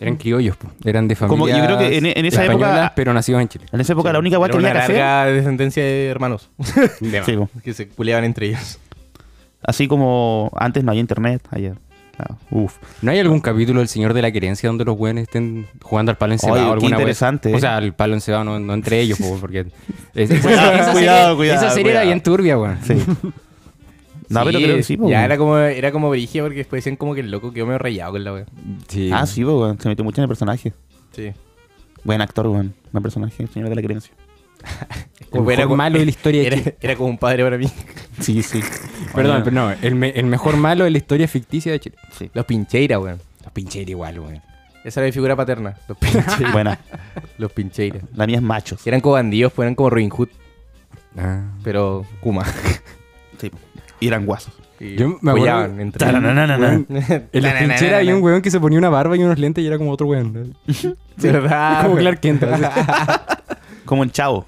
B: Eran criollos, po. eran de familia.
A: Como- yo creo que en- en esa época-
B: Pero nacidos en Chile.
A: En esa época la única weá que
C: una
A: había que hacer.
C: larga descendencia de hermanos
A: Sí, po.
C: que se culeaban entre ellos.
A: Así como antes no había internet. Allá. Ah, uf.
B: ¿No hay algún capítulo del Señor de la Querencia donde los güeyes estén jugando al palo encebado?
A: Oye, qué
B: alguna vez?
A: interesante, eh.
B: O sea, al palo encebado, no, no entre ellos, po, porque. es- esa-
A: Cuidado,
B: esa serie-
A: cuidado, cuidado,
B: Esa serie era
A: cuidado.
B: bien turbia, weón.
A: Sí. No, pero creo que sí, po,
C: Ya
A: weón.
C: era como, era como brigia porque después decían como que el loco quedó medio rayado con la wea.
B: Sí.
A: Ah, sí, po, weón. Se metió mucho en el personaje.
C: Sí.
A: Buen actor, weón. Buen personaje, el señor de la creencia.
B: El mejor
C: Era como-
B: malo de la historia de
C: Era,
B: Chile.
C: era como un padre para mí.
A: Sí, sí.
B: Perdón,
A: Bueno,
B: pero no, el, me- el mejor malo de la historia ficticia de Chile.
A: Sí.
C: Los pincheiras, weón.
B: Los pincheros igual, weón.
C: Esa era mi figura paterna. Los pincheiras.
A: Buena.
C: los pincheiras.
A: La mía es machos.
C: Eran como bandidos, pues eran como Robin Hood,
A: Ah,
C: pero Kuma.
A: Sí, po. Y eran guasos.
C: Y
B: Yo me acuerdo-
C: follaban entre ellos.
A: Tarananana.
B: En la trinchera había un weón que se ponía una barba y unos lentes y era como otro weón.
C: De
A: Ah,
C: verdad.
B: Como
C: weón.
B: Clark Kent.
A: Como el chavo.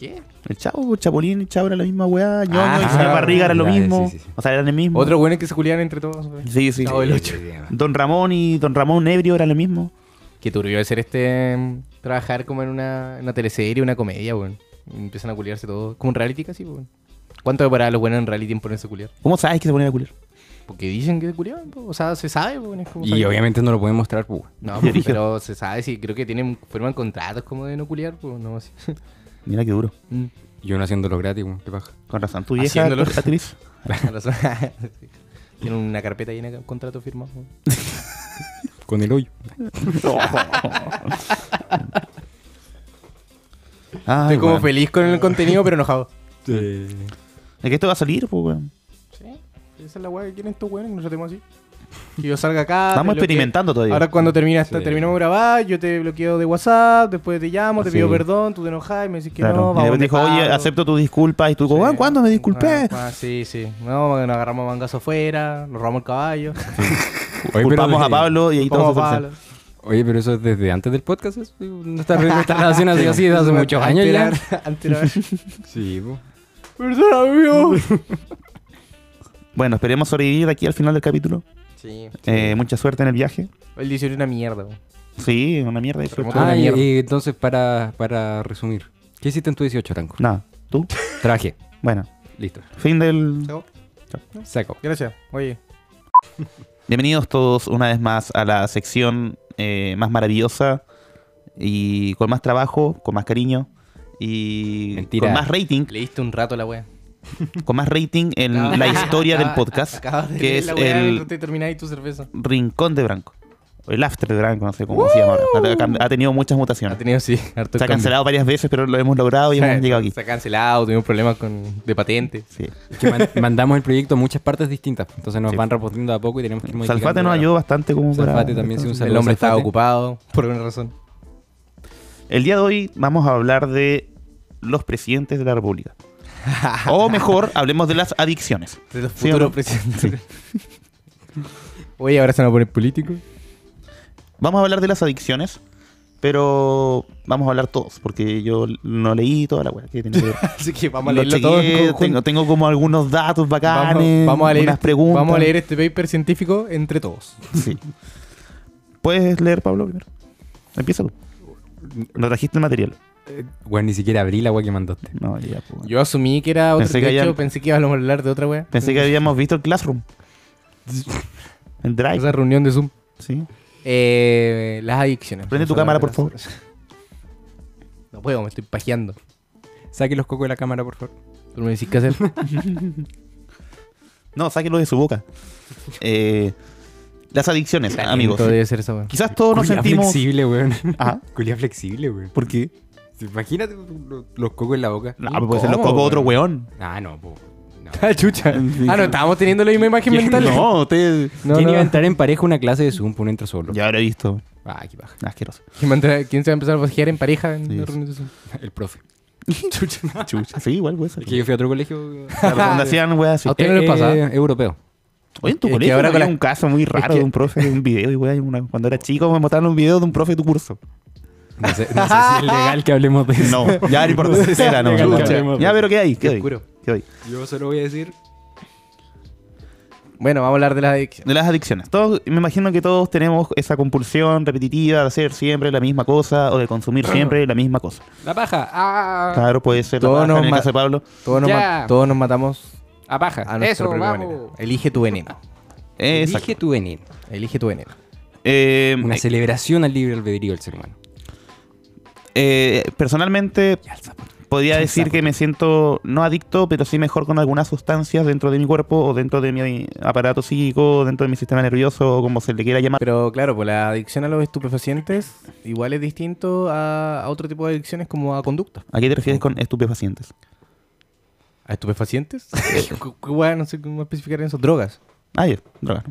C: ¿Qué?
A: El chavo, Chapulín y Chavo era la misma weá. Ñoño
B: Ah,
A: y Señor Barriga era lo
B: ya,
A: mismo.
B: sí, sí, sí.
A: O sea, eran el mismo.
C: Otros buenos que se culiaban entre todos. weón.
A: Sí, sí.
C: Chavo del Ocho.
A: Don Ramón y Don Ramón Ebrio era lo mismo.
C: Qué turbio de ser este. mm, Trabajar como en una, en una teleserie, una comedia, weón. Y Empiezan a culiarse todos. Como un reality casi, weón. ¿Cuánto demoraba los buenos en reality en ponerse a culiar?
A: ¿Cómo sabes que se ponía a culiar?
C: Porque dicen que se culiaban, po. o sea, se sabe, weón. es como
B: Y
C: sabido.
B: obviamente no lo pueden mostrar, pues. weón.
C: No,
A: Yo
C: po,
A: dije-
C: pero se sabe, sí, creo que tienen, firman contratos como de no culiar, pues no, sí.
A: Mira qué duro.
C: Mm.
B: Y uno haciéndolo gratis, weón. Qué paja.
A: Con razón, tu vieja
C: Haciéndolo.
A: actriz.
C: Con razón. Sí. Tienen una carpeta llena de contratos firmados. po.
B: Con el hoyo.
A: Ay, Ah,
C: Estoy como
A: weón.
C: feliz con el contenido, pero enojado.
A: ¿De qué esto va a salir, pues, weón?
C: Ah, Sí, esa es la weá que quieren estos weones, que nos tratemos así. Que yo salga acá.
A: Estamos
C: te bloquee.
A: experimentando todavía.
C: Ahora cuando termina esta,
B: Sí.
C: terminamos de grabar, yo te bloqueo de WhatsApp, después te llamo, te
B: Sí.
C: pido perdón, tú te enojas y me decís que
A: Ah, Claro.
C: no,
A: y después
C: de
A: dijo, oye,
C: paro".
A: acepto tus disculpas. Y tú,
C: Sí.
A: como, "Ah, ¿cuándo me disculpé?
C: Ah, ah, sí, sí. No, nos agarramos mangazo afuera, nos robamos el caballo.
A: Culpamos a Pablo y ahí todo
C: Como
A: se soluciona.
C: Pablo.
B: Oye, pero eso es desde antes del podcast. eso. Nuestra, nuestra relación ha sido así desde hace muchos años ya.
C: Antes era- antes era-
B: Sí, po.
C: Perdón, amigo.
A: Bueno, esperemos sobrevivir aquí al final del capítulo.
C: Sí.
A: Eh, mucha suerte en el viaje.
C: El 18 es una mierda. weón.
A: Sí, una mierda. eso.
C: Remoto.
B: Ah,
C: Una
B: y,
C: mierda.
B: y entonces para, para resumir, ¿qué hiciste en tu 18, Franco?
A: Nada, tú.
B: Traje.
A: Bueno,
B: Listo.
A: fin del.
C: Chao.
B: Saco.
C: Gracias. Oye.
A: Bienvenidos todos una vez más a la sección eh, más maravillosa y con más trabajo, con más cariño y
B: Mentira.
A: con más rating.
C: Leíste un rato la wea.
A: Con más rating en
C: No.
A: Mm, la historia del podcast,
C: Acabas de
A: que
C: leer
A: es
C: la wea
A: el
C: y no te termináis tu cerveza.
A: Rincón de Branco. O el After de Branco, no sé cómo se llama ahora. Ha, ha tenido muchas
C: ¡Uh! Ha
A: mutaciones.
C: tenido, sí, harto
A: Se ha
C: cambio.
A: cancelado varias veces, pero lo hemos logrado y
C: Se ha-
A: hemos llegado aquí.
C: Se ha cancelado, tuvimos problemas con, de patente.
A: Sí.
B: Que man- mandamos el proyecto a muchas partes distintas. pues. Entonces nos
A: Sí.
B: van reportando a poco y tenemos que ir modificando.
A: Salfate nos ayudó bastante como para-
B: Salfate también sí, un saludo
C: el hombre
B: a
C: estaba
B: Salfate.
C: ocupado, por alguna razón.
A: El día de hoy vamos a hablar de los presidentes de la República. o mejor, hablemos de las adicciones.
C: De los
A: Sí,
C: futuros
A: hombre.
C: presidentes. Oye, ahora se van a poner políticos.
A: Vamos a hablar de las adicciones, pero vamos a hablar todos, porque yo no leí toda la weá que tenía que ver.
C: Así que vamos a
A: Lo
C: leerlo todo en
A: chequeé,
C: conjunto.
A: tengo, tengo como algunos datos bacanes,
C: Vamos, vamos a leer
A: unas
C: este-
A: preguntas.
C: Vamos a leer este paper científico entre todos.
A: Sí. ¿Puedes leer, Pablo, primero? Empieza tú. No trajiste el material.
B: Bueno, ni siquiera abrí la agua que mandaste.
A: No, ya, pues.
C: Yo asumí que era otro.
A: Pensé
C: de
A: que
C: hecho,
A: hayan-
C: pensé que íbamos a hablar de otra wea.
A: Pensé que habíamos visto el Classroom. El Drive,
C: Esa reunión de Zoom.
A: sí.
C: Eh, las adicciones.
A: Prende tu
C: Vamos
A: cámara,
C: a hablar
A: por
C: de
A: favor.
C: las- No puedo, me estoy pajeando.
B: Saque los cocos de la cámara, por favor.
C: Tú me decís qué hacer.
A: No, sáquelo de su boca. Eh, las adicciones, amigos.
C: Todo debe ser esa wea.
A: Quizás todos nos
B: Culia
A: sentimos.
B: flexible, weón.
A: Ajá.
B: Culia flexible, weón.
A: ¿Por qué?
B: Imagínate lo- los cocos en la boca.
A: No, pues puede ser los
B: ¿Cómo,
A: cocos otro
B: weón?
A: weón.
B: Ah, no, po. No.
C: Ah, chucha. Ah, no, estábamos teniendo la misma imagen mental.
A: No, ustedes.
C: no,
B: ¿Quién
C: no.
B: iba a entrar en pareja a una clase de Zoom? Pues uno entra solo.
A: Ya habré visto.
B: Ah, qué baja.
A: Asqueroso.
C: ¿Quién, va a entrar- quién se va a empezar a pajear en pareja en
A: Sí.
C: la reunión de Zoom?
B: El profe.
A: Chucha. Chucha. Sí, igual puede ser.
B: Es que yo fui a otro colegio.
A: Claro, cuando hacían weas así.
C: ¿A usted no le pasa?
B: Eh, europeo.
A: Oye, en tu
C: Es que
A: colegio
C: ahora
A: había
C: con la-
A: un caso muy raro
C: que-
A: de un profe de un video. Y wea, una- cuando era chico me mostraron un video de un profe de tu curso.
B: No sé, no sé si es legal que hablemos de eso.
A: No, ya ni por dónde era, no.
B: Chucha.
A: ya. Ya, pero ¿qué hay? ¿Qué
C: Qué
A: hay?
C: oscuro.
A: ¿Qué hay?
B: Yo solo voy a decir.
C: Bueno, vamos a hablar de las adicciones.
A: De las adicciones. Todos, me imagino que todos tenemos esa compulsión repetitiva de hacer siempre la misma cosa o de consumir siempre la misma cosa.
B: La paja. Ah,
A: Claro, puede ser la
C: Todos
A: paja,
C: nos
A: en el
C: ma-
A: caso de Pablo.
C: Todos nos,
B: Ya.
C: ma- todos nos matamos
B: a paja.
C: a nuestra
B: Eso,
C: propia
B: vamos.
C: manera. Elige tu veneno.
A: Eh, Exacto.
B: Elige tu veneno.
C: Elige tu veneno.
A: Eh,
B: Una celebración al libre albedrío del ser humano.
A: eh, personalmente,
B: Y al sapo.
A: podría
B: Qué
A: decir
B: sapo.
A: que me siento no adicto, pero sí mejor con algunas sustancias dentro de mi cuerpo o dentro de mi aparato psíquico, o dentro de mi sistema nervioso o como se le quiera llamar.
C: Pero claro, pues la adicción a los estupefacientes igual es distinto a, a otro tipo de adicciones como a conducta.
A: ¿A qué te refieres con estupefacientes?
C: ¿A estupefacientes? Bueno, no sé cómo especificar en eso. Drogas.
A: Ah, ya, droga.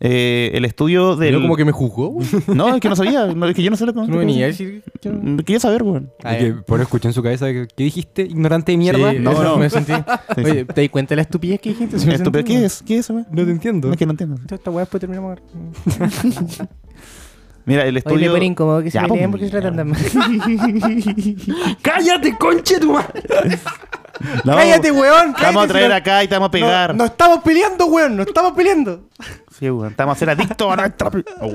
A: Eh, el estudio del...
C: Yo como que me juzgó. güey.
A: No, es que no sabía. no, es que yo no sé lo que...
C: No venía a decir... que-
A: Mm, Quería saber, weón.
C: Ah,
B: Y que
C: ya.
B: por escuchar en su cabeza, ¿qué dijiste? Ignorante de mierda.
C: Sí,
A: No,
C: eso
A: no.
C: me sentí.
A: sí.
C: Oye, ¿te di cuenta de la estupidez que dijiste? Sí me
A: Estupe-
C: sentí,
A: ¿Qué
C: güey.
A: es? ¿Qué es, weón?
B: No te entiendo.
A: No, es que no entiendo.
C: Esta weá después terminamos.
A: Mira, el
C: Oye, me
A: estudio...
C: pone incómodo que se
A: Ya,
C: me
A: pues,
C: lean porque se tratan de mal.
B: ¡Cállate, conche tu madre!
A: No,
C: ¡Cállate, weón!
A: Te vamos a
C: cállate, si
A: traer
C: no-
A: acá y te vamos a pegar.
C: No, no estamos peleando, weón. No estamos peleando.
A: Sí, weón. Te vamos a ser adicto a nuestra... Oh.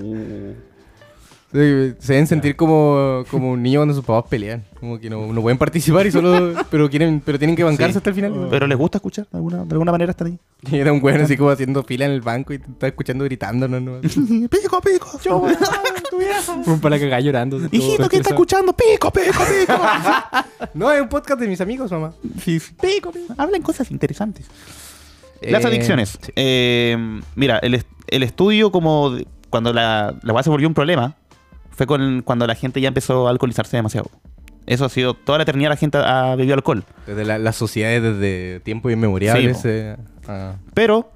C: Sí, Se deben sentir como, como un niño cuando sus papás pelean. Como que no, no pueden participar y solo. Pero quieren, pero tienen que bancarse
A: Sí.
C: hasta el final.
A: Pero les gusta escuchar, de alguna, de alguna manera están ahí.
C: Y era un weón así como haciendo fila en el banco y te estaba escuchando gritando, no, no.
A: pico, pico.
B: Un para cagar llorando. todo
A: Hijito, ¿quién está
B: estresado.
A: escuchando? Pico, pico, pico.
C: No, es un podcast de mis amigos, mamá.
A: pico, pico. Hablan cosas interesantes. Las adicciones. Eh, mira, el, est- el estudio como de- cuando la, la weá se volvió un problema fue con cuando la gente ya empezó a alcoholizarse demasiado. Eso ha sido toda la eternidad la gente ha bebido alcohol.
C: Desde la- las sociedades desde tiempos inmemoriales.
A: Sí, po.
C: eh, ah.
A: Pero,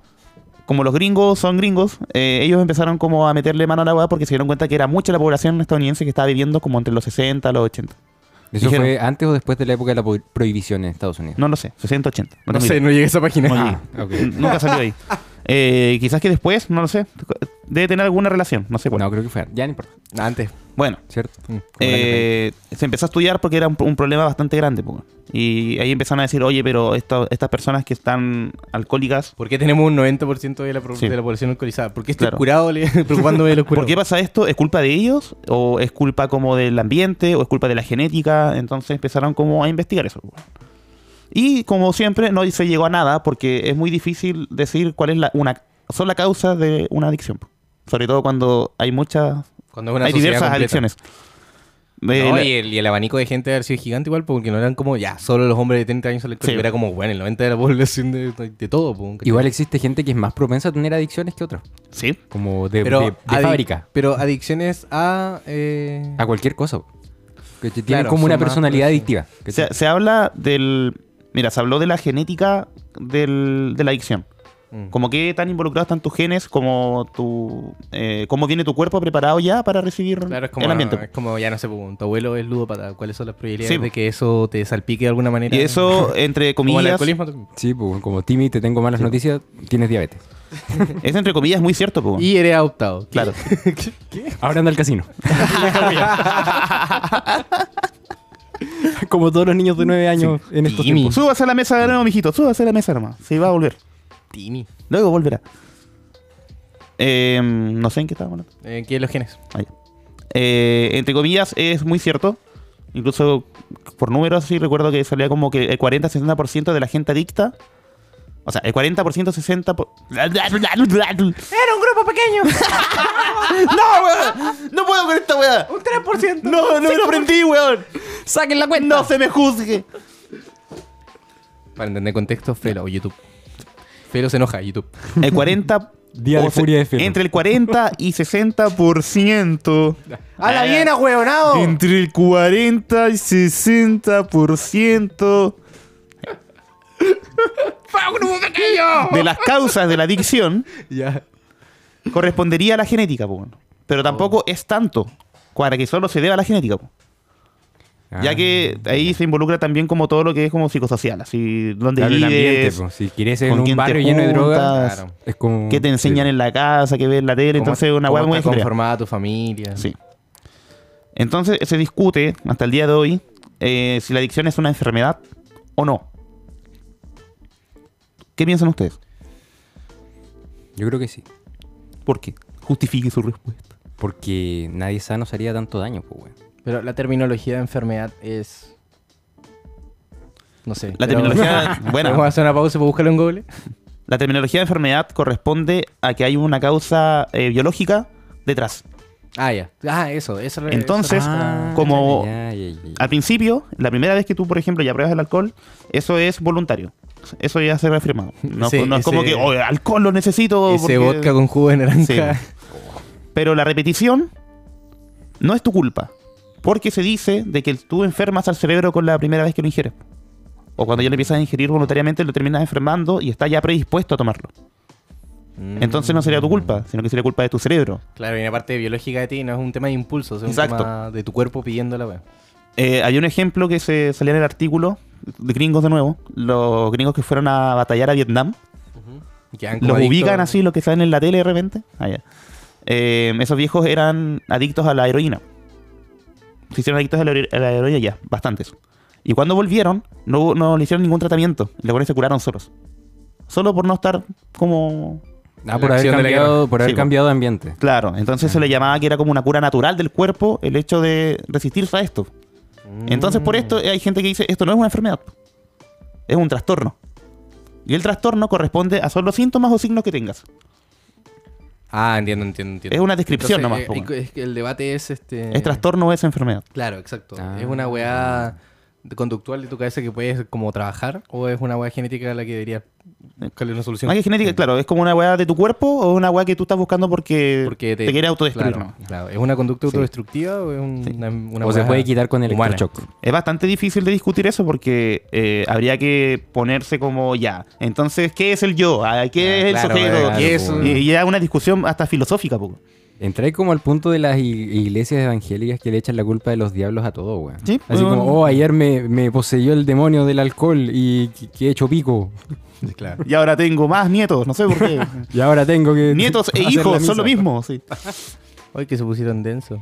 A: como los gringos son gringos, eh, ellos empezaron como a meterle mano a la weá porque se dieron cuenta que era mucha la población estadounidense que estaba viviendo como entre los 60 y los 80.
B: ¿Eso
A: Dijeron-
B: fue antes o después de la época de la po- prohibición en Estados Unidos?
A: No lo sé, 60, 80.
C: no
A: tengo
C: sé,
A: idea.
C: no llegué a esa página.
A: No llegué.
B: Ah, ok.
A: Nunca salió ahí. Eh, quizás que después, no lo sé. Debe tener alguna relación, no sé cuál.
B: No, creo que fue. Ya no importa,
C: Ah, Antes.
A: Bueno,
B: ¿cierto? Mm.
A: eh, se empezó a estudiar porque era un, un problema bastante grande. po. Y ahí empezaron a decir, oye, pero esto- estas personas que están alcohólicas,
C: ¿Por qué tenemos un 90% de la, pro-
A: Sí.
C: de la población alcoholizada? ¿Por qué estoy
A: Claro.
C: curado le, preocupándome de los
A: ¿por
C: curados?
A: qué pasa esto? ¿Es culpa de ellos? ¿O es culpa como del ambiente? ¿O es culpa de la genética? Entonces empezaron como a investigar eso. po. Y como siempre, no se llegó a nada porque es muy difícil decir cuál es la una sola causa de una adicción. po. Sobre todo cuando hay muchas
C: Cuando es una
A: hay
C: sociedad
A: diversas
C: completa.
A: adicciones. Eh,
C: No,
A: la-
C: y, el, y el abanico de gente debe haber sido gigante igual, porque no eran como, ya, solo los hombres de 30 años alcohólicos.
A: Sí.
C: Era como, bueno, el 90% de la población de, de todo. po, ¿cachai?
B: Igual existe gente que es más propensa a tener adicciones que otras.
A: sí,
B: Como de, de- de
C: adic-
B: fábrica.
C: Pero adicciones a... eh,
B: A cualquier cosa. Que te- tienen
C: Claro,
B: como
C: son
B: una
C: más
B: personalidad
C: propensos.
B: adictiva.
A: se, se habla del. Mira, se habló de la genética del- de la adicción.
C: mm.
A: Como que tan involucrados están tus genes, como tu. eh, cómo viene tu cuerpo preparado ya para recibir
C: Claro, es como,
A: el ambiente.
C: es como, ya no sé, po, tu abuelo es ludópata. ¿Cuáles son las probabilidades
A: Sí,
C: de
A: po.
C: que eso te salpique de alguna manera?
A: Y eso, entre
C: Como el
A: comillas.
C: alcoholismo también.
B: Sí, pues, como Timmy, te tengo malas noticias, tienes diabetes.
A: Es entre comillas muy cierto, po.
C: Y eres adoptado.
A: Claro.
B: Ahora anda al casino. como todos los niños de 9 años en estos
C: Timmy.
B: tiempos.
A: Pues Súbase a la mesa de nuevo, mijito. Súbase a la mesa, hermano. Se va a volver.
C: Tini.
A: Luego volverá. Em, no sé en qué estaba hablando.
C: Eh, ¿Qué los genes?
A: Ah, ya. Eh, entre comillas, es muy cierto. Incluso por números, sí recuerdo que salía como que el 40-60% de la gente adicta. O sea, el 40% 60%. po- ¡Era un grupo pequeño! ¡No, weón! ¡No puedo con esta weá! ¡Un 3%! ¡No, no me lo aprendí, weón!
B: ¡Saquen la cuenta!
A: ¡No se me juzgue!
C: Para entender contexto, Felo o YouTube. Felo se enoja, YouTube.
A: El 40.
B: Día de
A: o se-
B: furia de Felo.
A: Entre el 40 y 60%.
C: ¡A
B: Ah,
C: la viena, huevonado!
A: Entre el 40 y 60% de las causas de la adicción
C: Ya.
A: correspondería a la genética, po, bueno. pero tampoco es tanto para que solo se deba a la genética, po.
B: Ah,
A: ya que ahí se involucra también como todo lo que es como psicosocial, así donde
B: Claro, el ambiente,
A: vives,
B: po. si quieres en
A: con quién
B: un
A: te
B: barrio lleno de drogas,
A: juntas,
B: es como...
A: qué te enseñan en la casa, qué ves en la tele, entonces una
C: ¿Cómo
A: hueá muy
C: está
A: general.
C: conformada tu familia.
A: Sí. Entonces se discute hasta el día de hoy eh, si la adicción es una enfermedad o no. ¿Qué piensan ustedes?
B: Yo creo que sí.
A: ¿Por qué? Justifique su respuesta.
B: Porque nadie sano se haría tanto daño, pues, weón.
C: Pero la terminología de enfermedad es. No sé.
A: La
C: pero-
A: terminología,
C: Vamos a
A: bueno,
C: hacer una pausa para buscarlo en Google.
A: la terminología de enfermedad corresponde a que hay una causa eh, biológica detrás.
C: Ah, ya. Ah, eso. eso
A: Entonces,
C: eso-
A: Ah, como- Al principio, la primera vez que tú, por ejemplo, ya pruebas el alcohol, eso es voluntario. Eso ya se ha reafirmado. No,
C: Ese-
A: no es como
C: ese-
A: que, oh, alcohol lo necesito.
C: ese
A: ah, porque-
C: vodka con jugo de naranja.
A: Sí. Pero la repetición no es tu culpa. Porque se dice de que tú enfermas al cerebro con la primera vez que lo ingieres. O cuando ya lo empiezas a ingerir voluntariamente, lo terminas enfermando y está ya predispuesto a tomarlo.
C: Mm.
A: Entonces no sería tu culpa, sino que sería culpa de tu cerebro.
C: Claro, y una parte biológica de ti no es un tema de impulso, es un
A: Exacto.
C: tema de tu cuerpo pidiendo la weá.
A: Eh, hay un ejemplo que se salía en el artículo, de gringos de nuevo, los gringos que fueron a batallar a Vietnam,
C: Quedan como
A: los
C: adictos.
A: ubican así, los que salen en la tele de repente. Ah, ya. Eh, esos viejos eran adictos a la heroína. Se hicieron adictos a la, hero- a la heroína ya, bastantes. Y cuando volvieron, no, hubo- no le hicieron ningún tratamiento. Los buenos se curaron solos. Solo por no estar como...
B: Ah,
C: La
B: por haber
C: acción de la
B: cambiado, por haber
A: Sí, po.
B: cambiado de ambiente.
A: Claro, entonces
C: Mm.
A: se le llamaba que era como una cura natural del cuerpo el hecho de resistirse a esto.
C: Mm.
A: Entonces por esto eh, hay gente que dice, esto no es una enfermedad. Es un trastorno. Y el trastorno corresponde a solo síntomas o signos que tengas.
C: Ah, entiendo, entiendo, entiendo.
A: Es una descripción
C: Entonces,
A: nomás. po,
C: eh, es que el debate es este.
A: ¿Es trastorno o es enfermedad?
C: Claro, exacto.
B: Ah.
C: ¿Es una weá de- conductual de tu cabeza que puedes como trabajar? ¿O es una weá genética a la que deberías buscarle una solución?
A: Más que Eh, genética, claro, es como una weá de tu cuerpo o una weá que tú estás buscando porque,
C: Porque
A: te, quiere autodestruir.
C: Claro,
A: ¿no?
C: claro. ¿Es una conducta autodestructiva o es un- una, una
B: o se
C: weá
B: puede quitar con el
C: humana?
B: electrochoc.
A: Es bastante difícil de discutir eso porque eh, habría que ponerse como ya. Entonces, ¿qué es el yo? Ah, ¿Qué
C: Ah,
A: es el
C: claro,
A: sujeto?
C: claro,
A: ¿Qué
C: po,
A: es-
C: bueno.
A: Y, y ya una discusión hasta filosófica, poco.
B: Entré como al punto de las i- iglesias evangélicas que le echan la culpa de los diablos a todo, weón.
A: Sí,
B: Así
A: weón.
B: como, oh, ayer me, me poseyó el demonio del alcohol y que, que he hecho pico.
C: Claro.
A: Y ahora tengo más nietos, no sé por qué.
B: Y ahora tengo que.
A: nietos e
B: hacer la
A: hijos son
B: misa.
A: lo mismo, sí.
C: Hoy que se pusieron denso.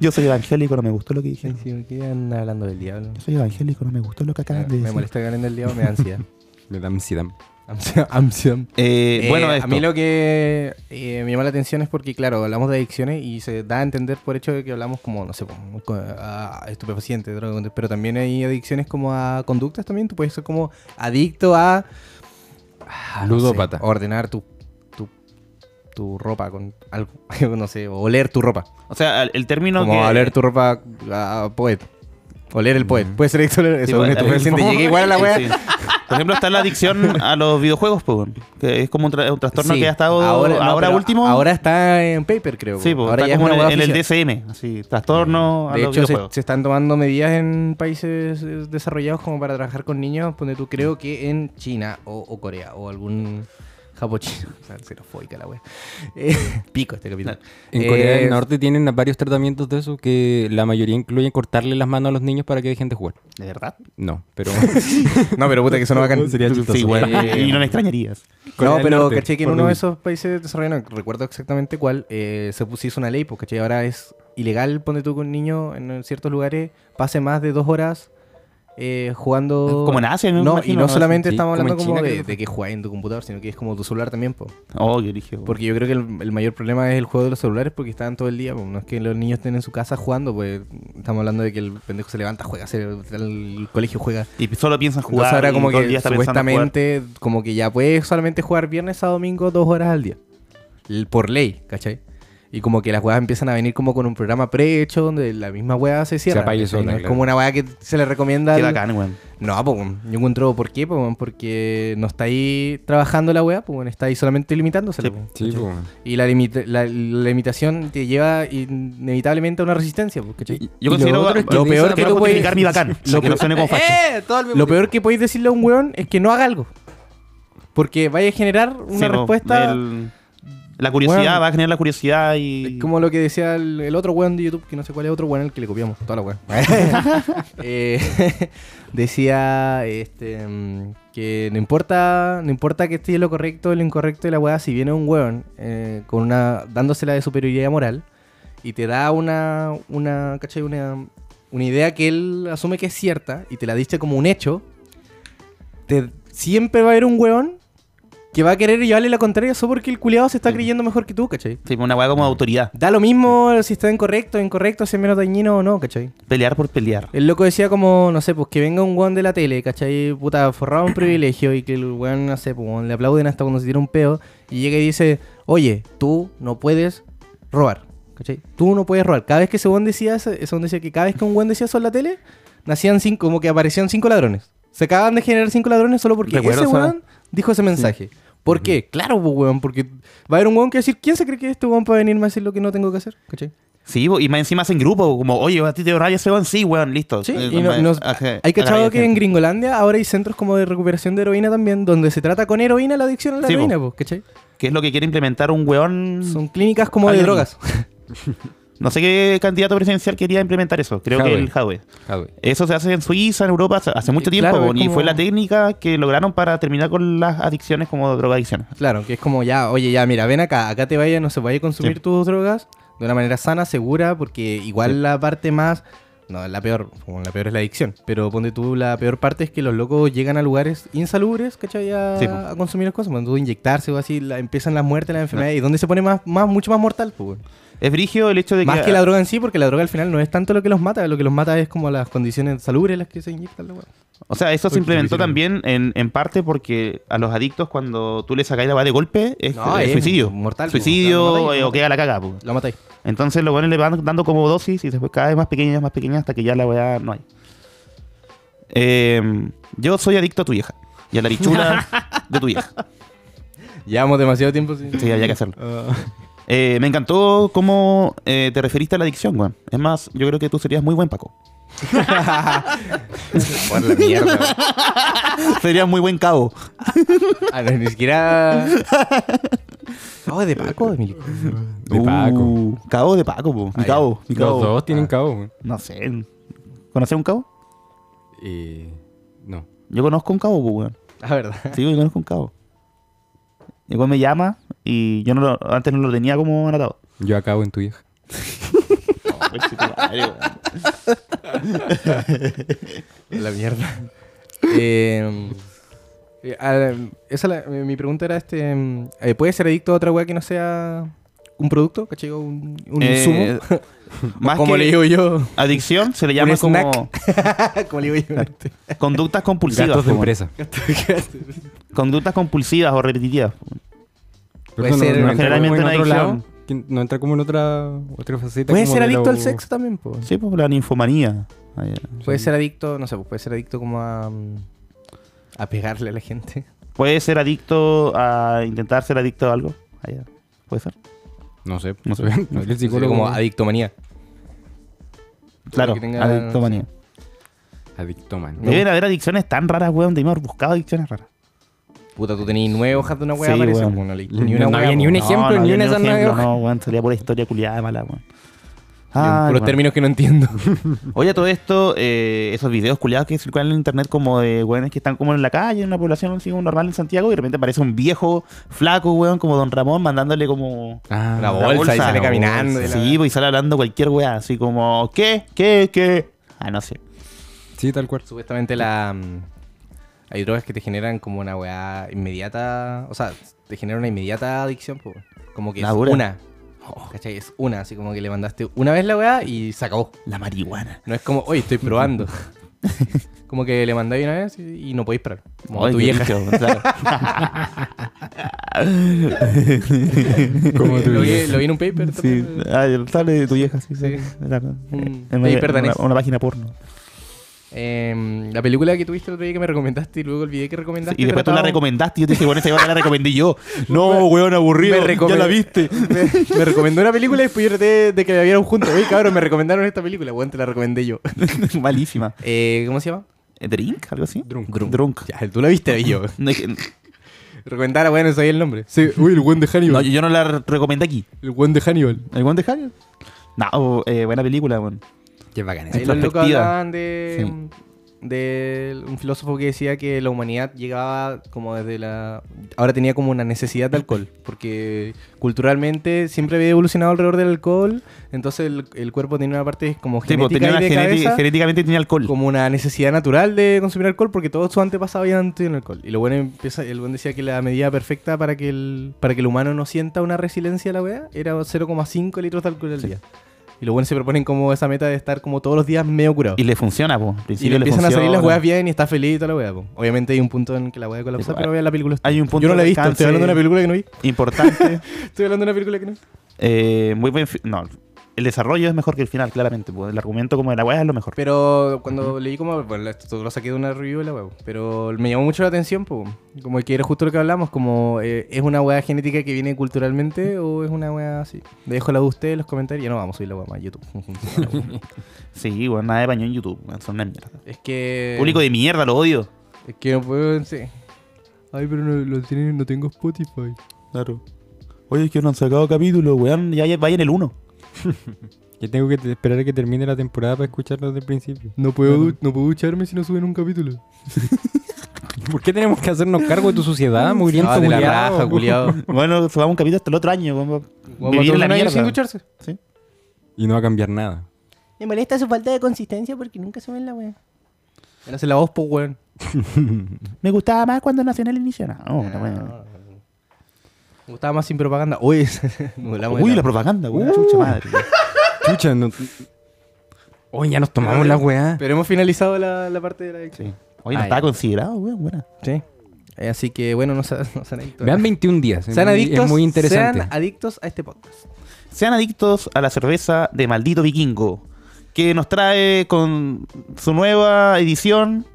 A: Yo soy evangélico, no me gustó lo que dije.
C: ¿Qué quedan hablando del diablo? Ah,
A: Yo soy evangélico, no me gustó lo que acabas de
C: Me
A: decir.
C: molesta que hablen del diablo, me da ansiedad.
B: Me da ansiedad.
C: Ansiedad, ansiedad.
A: Eh,
C: Eh,
A: bueno,
C: a
A: esto.
C: mí lo que eh, me llama la atención es porque, claro, hablamos de adicciones y se da a entender por hecho de que hablamos como, no sé, pues, co- a estupefacientes, drogas, pero también hay adicciones como a conductas también. Tú puedes ser como adicto a... ah, no sé,
B: Ludópata.
C: ordenar tu, tu, tu ropa con algo, no sé, o oler tu ropa.
A: O sea, el- el término
C: como
A: que...
C: oler tu ropa a poet. Oler el poet. Puede ser adicto a oler
A: Sí,
C: eso. un
A: bueno,
C: estupefaciente. Llegué igual a la
A: sí,
C: wea.
A: sí. Por ejemplo, está la adicción a los videojuegos, pues, bueno, que es como un, tra- un trastorno
C: Sí,
A: que ha estado ahora,
C: no, pero
A: último.
C: Ahora está en paper, creo.
A: sí, pues,
C: ahora
A: está como
C: una
A: en,
C: hueá
A: el- en el
C: oficial. Mm.
A: DSM, así, trastorno a
C: De
A: los
C: hecho, se,
A: videojuegos.
C: se están tomando medidas en países eh, desarrollados como para trabajar con niños, donde tú creo que en China o, o Corea o algún Japón chino. O sea, xenofóbica la wea. Eh, pico este capítulo.
B: En Corea
C: Eh,
B: del Norte tienen varios tratamientos de eso que la mayoría incluyen cortarle las manos a los niños para que dejen de jugar.
C: ¿De verdad?
B: No, pero.
C: No, pero puta que son bacán.
B: Sería chistoso.
A: Sí, bueno,
C: Eh,
A: y no me extrañarías.
B: Corea
C: No,
B: del
C: pero
B: Norte,
C: caché que en
B: por
C: uno
B: Google.
C: de esos países desarrollados, no recuerdo exactamente cuál, eh, se puso hizo una ley, pues caché, ahora es ilegal, ponte tú que un niño en ciertos lugares pase más de dos horas eh, jugando...
A: Como en Asia, me
C: No, y
A: imagino,
C: no solamente
B: Sí,
C: estamos
B: como en
C: hablando como
B: China,
C: de,
B: creo.
C: de que juegues en tu computador, sino que es como tu celular también, pues.
A: Oh, qué origen.
C: Porque yo creo que el, el mayor problema es el juego de los celulares porque están todo el día, po. no es que los niños estén en su casa jugando, pues estamos hablando de que el pendejo se levanta, juega, se, el colegio juega.
A: Y solo piensan jugar.
C: Entonces ahora
A: y
C: como
A: todo el día
C: que
A: está pensando
C: supuestamente como que ya puedes solamente jugar viernes a domingo dos horas al día. L- Por ley, ¿cachai? Y como que las weas empiezan a venir como con un programa prehecho donde la misma wea se cierra.
B: apague
C: ¿cachai?
B: sola,
C: No Es
B: claro.
C: como una wea que se le recomienda.
A: jugar. Qué
C: al-
A: bacán, weón.
C: No, pues yo encuentro por qué, po, weón, porque no está ahí trabajando la wea, pues está ahí solamente limitándose.
A: Sí,
B: Sí, po.
C: Y la, limita- la, la limitación te lleva inevitablemente a una resistencia, po, ¿cachai?
B: Y-
A: Yo
B: y
A: considero
B: lo otro es
A: lo
B: de
A: peor
B: esa-
A: que
C: tú
A: no
C: puedes-
A: justificar mi bacán.
B: Lo
A: Lo que no suene como facho.
C: Lo peor que podéis decirle a un weón es que no haga algo. Porque vaya a generar una
A: Sí, po,
C: respuesta
A: el- La curiosidad,
C: Bueno.
A: va a generar la curiosidad y...
C: como lo que decía el, el otro weón de YouTube, que no sé cuál es otro weón el que le copiamos, toda la weón. Eh, decía este mm, que no importa, no importa que esté lo correcto o lo incorrecto de la weá, si viene un weón eh, con una. dándosela de superioridad moral y te da una. una. ¿cachai? una. una idea que él asume que es cierta y te la diste como un hecho, te- siempre va a haber un weón que va a querer llevarle la contraria solo porque el culiado se está creyendo mejor que tú, ¿cachai?
A: Sí, una weá como de autoridad.
C: Da lo mismo si está incorrecto, incorrecto, si es menos dañino o no, ¿cachai?
A: Pelear por pelear.
C: El loco decía como, no sé, pues que venga un weón de la tele, ¿cachai? Puta, forrado un privilegio y que el weón, no sé, pues weón, le aplauden hasta cuando se tira un peo y llega y dice, oye, tú no puedes robar, ¿cachai? Tú no puedes robar. Cada vez que ese weón decía eso, ese weón decía que cada vez que un weón decía eso en la tele, nacían cinco, como que aparecían cinco ladrones. Se acaban de generar cinco ladrones solo porque
A: Recuerdo
C: ese
A: esa-
C: weón dijo ese mensaje. ¿Por qué? Claro, pues, weón, porque va a haber un weón que va a decir, ¿quién se cree que es este weón para venirme a decir lo que no tengo que hacer? ¿Cachai?
A: Sí, bo- y más encima hacen grupo, como, oye, a ti te rayas ese weón, sí, weón, listo.
C: Sí,
A: Eh,
C: y no-
A: eh,
C: nos-
A: aje-
C: hay
A: agarra
C: cachado
A: a
C: que en
A: gente.
C: Gringolandia ahora hay centros como de recuperación de heroína también, donde se trata con heroína la adicción a la
A: Sí,
C: heroína, po, ¿cachai?
A: ¿Qué es lo que quiere implementar un weón?
C: Son clínicas como de
A: Alguien-
C: drogas.
A: No sé qué candidato presidencial quería implementar eso. Creo que
B: Jadwe.
A: el Jadwe.
B: Ah, güey.
A: Eso se hace en Suiza, en Europa, hace- hace mucho
C: Eh,
A: tiempo,
C: claro,
A: bo,
C: es
A: y
C: como-
A: fue la técnica que lograron para terminar con las adicciones como drogadicciones.
C: Claro, que es como ya, oye, ya, mira, ven acá, acá te vaya, no se vaya a consumir
A: Sí.
C: tus drogas de una manera sana, segura, porque igual la parte más. No, la peor, como la peor es la adicción. Pero ponte tú, la peor parte es que los locos llegan a lugares insalubres, ¿cachai? A,
A: Sí, po.
C: a consumir las cosas, cuando tú inyectarse o así, la- empiezan las muertes, las enfermedades. ¿Y dónde se pone más, más mucho más mortal? Pues,
A: Es brigio el hecho de
C: Más que la droga en sí, porque la droga al final no es tanto lo que los mata, lo que los mata es como las condiciones salubres en las que se inyectan. la weá.
A: O sea, eso se
B: Uy,
A: implementó
B: difícil.
A: también en, en parte porque a los adictos cuando tú le sacáis la va de golpe es, es suicidio.
C: mortal. po.
A: suicidio
C: Lo matáis,
A: eh,
C: lo
A: o queda la caga. po.
C: matáis, Lo matáis.
A: Entonces los buenos le van dando como dosis y después cada vez más pequeñas, más pequeñas hasta que ya la weá no hay. Eh, yo soy adicto a tu vieja y a la bichula de tu vieja.
C: Llevamos demasiado tiempo sin.
A: Sí, había que hacerlo.
C: Ah.
A: Eh, me encantó cómo eh, te referiste a la adicción, weón. Es más, yo creo que tú serías muy buen Paco.
C: Por la mierda.
A: serías muy buen cabo.
C: Ah, no, ni siquiera. ¿Cabo de Paco, Emilio?
B: De Paco.
A: Uh, cabo de Paco, po. Mi
C: Ah,
A: cabo. Mi
B: Los
A: cabo. Ah.
B: dos tienen cabo, weón.
A: No sé. ¿Conoces un cabo?
B: Eh, no.
A: Yo conozco un cabo, po, weón.
C: La Ah, verdad.
A: Sí, yo conozco un cabo. Y weón me llama y yo no lo- antes no lo tenía como anotado.
B: Yo acabo en tu vieja.
C: La mierda. Eh, eh, ah, esa la- eh, mi pregunta era este... em, eh, ¿Puede ser adicto a otra weá que no sea un producto? ¿Cachai? Un, un
A: Eh,
C: insumo.
A: Más
C: como
A: que
C: le digo yo.
A: adicción, se le llama
C: Un snack.
A: como
C: como le digo yo.
A: conductas compulsivas.
B: Gastos de
A: po, weón.
B: empresa.
A: Conductas compulsivas o repetitivas. po.
B: Pero
C: Puede
B: eso
C: ser
B: entra
A: generalmente
B: como en
A: una
B: otro
A: adicción.
B: lado, que no entra como en otra, otra faceta.
C: Puede
B: como
C: ser
B: de
C: adicto
B: lo-
C: al sexo también, po.
A: Sí, pues la ninfomanía. Ah, ya.
C: Puede ser adicto, no sé, pues, puede ser adicto como a. mm, a pegarle a la gente.
A: Puede ser adicto a intentar ser adicto a algo. Ah, ya. Puede ser.
B: No sé,
A: No
B: no
A: sé.
B: sé. No, el psicólogo
C: como
B: adicto
C: adictomanía.
A: Claro,
C: que tenga-
A: adictomanía.
B: adictoman.
C: Me
A: Deben haber adicciones tan raras, weón. Debimos haber buscado adicciones raras.
C: Puta, tú tenías nueve hojas de una weá,
A: Sí,
C: parece.
A: weón.
C: po, pues. no le-
B: No había
C: weá,
B: ni
C: po.
B: un ejemplo,
A: no,
B: ni
A: había
B: una
A: un
B: esa
A: ejemplo,
B: nueva.
A: No, weón, salía por historia culiada mala, weón.
C: Ni un-
B: Ah,
A: Ay,
C: puros
A: weón.
C: términos que no entiendo.
A: Oye, todo esto, eh, esos videos culiados que circulan en internet como de weones que están como en la calle, en una población así como normal en Santiago, y de repente aparece un viejo flaco, weón, como Don Ramón, mandándole como
B: Ah,
C: La bolsa, y sale
A: la
C: caminando. y la-
A: Sí, pues y sale hablando cualquier weá, así como, ¿qué? ¿Qué? ¿Qué? Ah, no sé.
B: Sí, tal cual.
C: Supuestamente la. mm, Hay drogas que te generan como una weá inmediata. O sea, te genera una inmediata adicción, po. Como que es
A: La dura.
C: una.
B: Oh.
C: ¿Cachai? Es una, así como que le mandaste una vez la weá y se acabó.
A: La marihuana.
C: No es como, oye, estoy probando. como que le mandáis una vez y y no podéis parar. Como
A: Ay,
C: tu
A: qué
C: vieja.
A: dicho, claro.
B: Como
C: lo,
B: tú
C: vi, lo vi en un paper.
A: Sí,
C: también.
A: ah, el sable de tu vieja, sí, sí.
C: Sí. Mm.
A: Claro.
C: Un
A: En
C: paper
A: una,
C: danés.
A: una- una página porno.
C: Eh, la película que tuviste el otro día que me recomendaste y luego olvidé que recomendaste.
A: Y después tú la
C: trataba un-
A: recomendaste y yo te dije, bueno, esta weá la recomendé yo. No, weón, aburrido.
C: me
A: Ya
C: recomend-
A: la viste.
C: Me, me recomendó una película y después yo traté de que la vieran juntos. Oye, cabrón, me recomendaron esta película. Bueno, te la recomendé yo.
A: Malísima.
C: Eh, ¿Cómo se llama?
A: ¿Eh, ¿Drink? ¿Algo así?
B: Drunk.
A: Drunk.
C: Ya, tú la viste, la vi yo.
A: No, es que-
C: Recomendara, bueno, sabía el nombre. Sí, uy, el buen de
A: no,
C: Hannibal.
A: yo no la re- recomendé aquí.
C: El buen de Hannibal.
A: ¿El One de Harry? No, oh, eh, buena película, weón.
B: Qué bacán
A: Sí.
C: Ahí los locos
A: Introspectiva.
C: hablaban de, de un filósofo que decía que la humanidad llegaba como desde la... Ahora tenía como una necesidad de alcohol, porque culturalmente siempre había evolucionado alrededor del alcohol, entonces el, el cuerpo tenía una parte como
A: Sí, pues,
C: genética
A: tenía una
C: y de
A: genéti-
C: cabeza,
A: genéticamente tenía alcohol.
C: como una necesidad natural de consumir alcohol, porque todos sus antepasados habían tenido alcohol. Y lo bueno empieza, el buen decía que la medida perfecta para que el, para que el humano no sienta una resiliencia a la wea era 0,5 litros de alcohol al día. Y lo bueno se proponen como esa meta de estar como todos los días medio curado.
A: Y le funciona, po. Al
C: Y
A: principio
C: le empiezan a
A: funciona.
C: salir las weas bien y está feliz y toda la wea. po. Obviamente hay un punto en que la wea colapsa,
A: Sí, pues,
C: pero vean la película.
A: Hay un punto
C: Yo no la he
A: de
C: visto, estoy hablando de una
A: alcance
C: película que no vi.
A: Importante.
C: Estoy hablando de una película que no vi.
A: Eh, muy buen. fi- No, el desarrollo es mejor que el final, claramente. po. El argumento como de la weá es lo mejor.
C: Pero cuando leí como, bueno, esto lo saqué de una review de la wea, po. pero me llamó mucho la atención, po. como que era justo lo que hablamos, como eh, es una wea genética que viene culturalmente o es una wea así. Dejo la de ustedes en los comentarios, ya no vamos a subir la wea más a YouTube.
A: Sí, weón, nada de baño en YouTube. weón, Son una mierda.
C: es que...
A: Público de mierda, lo odio.
C: Es que no puedo... Sí. Ay, pero no, lo tienen- no tengo Spotify.
A: Claro. Oye, es que no han sacado capítulo, weón. Ya vaya en el 1.
B: Yo tengo que te- esperar a que termine la temporada para escucharlo desde el principio.
C: No puedo, no puedo ducharme si no suben un capítulo.
B: ¿Por qué tenemos que hacernos cargo de tu sociedad, mugriento
C: Ah, de la
B: culiao?
C: raja, culiado.
A: Bueno, subamos un capítulo hasta el otro año. Vamos a vivir en la mierda.
C: sin ducharse.
A: Sí.
B: Y no va a cambiar nada.
C: Me molesta su falta de consistencia porque nunca suben la wea. Él hace la voz, po, weón.
A: Me gustaba más cuando Nacional inició. No, una weá.
C: Me gustaba más sin propaganda. Uy, no, la
A: Uy, la propaganda, weón. Chucha madre.
B: Chucha, no. Oye, ya nos tomamos la weá.
C: Pero hemos finalizado la, la parte de la adicción.
A: Sí. Oye, no
B: Ah,
A: estaba
B: ya.
A: considerado, weón. Buena.
C: Sí. Eh, así que, bueno, no, sean- no sean adictos.
B: Vean 21 días. es
C: sean
B: muy-
C: adictos.
B: Es muy interesante.
C: Sean adictos a este podcast.
A: Sean adictos a la cerveza de Maldito Vikingo, que nos trae con su nueva edición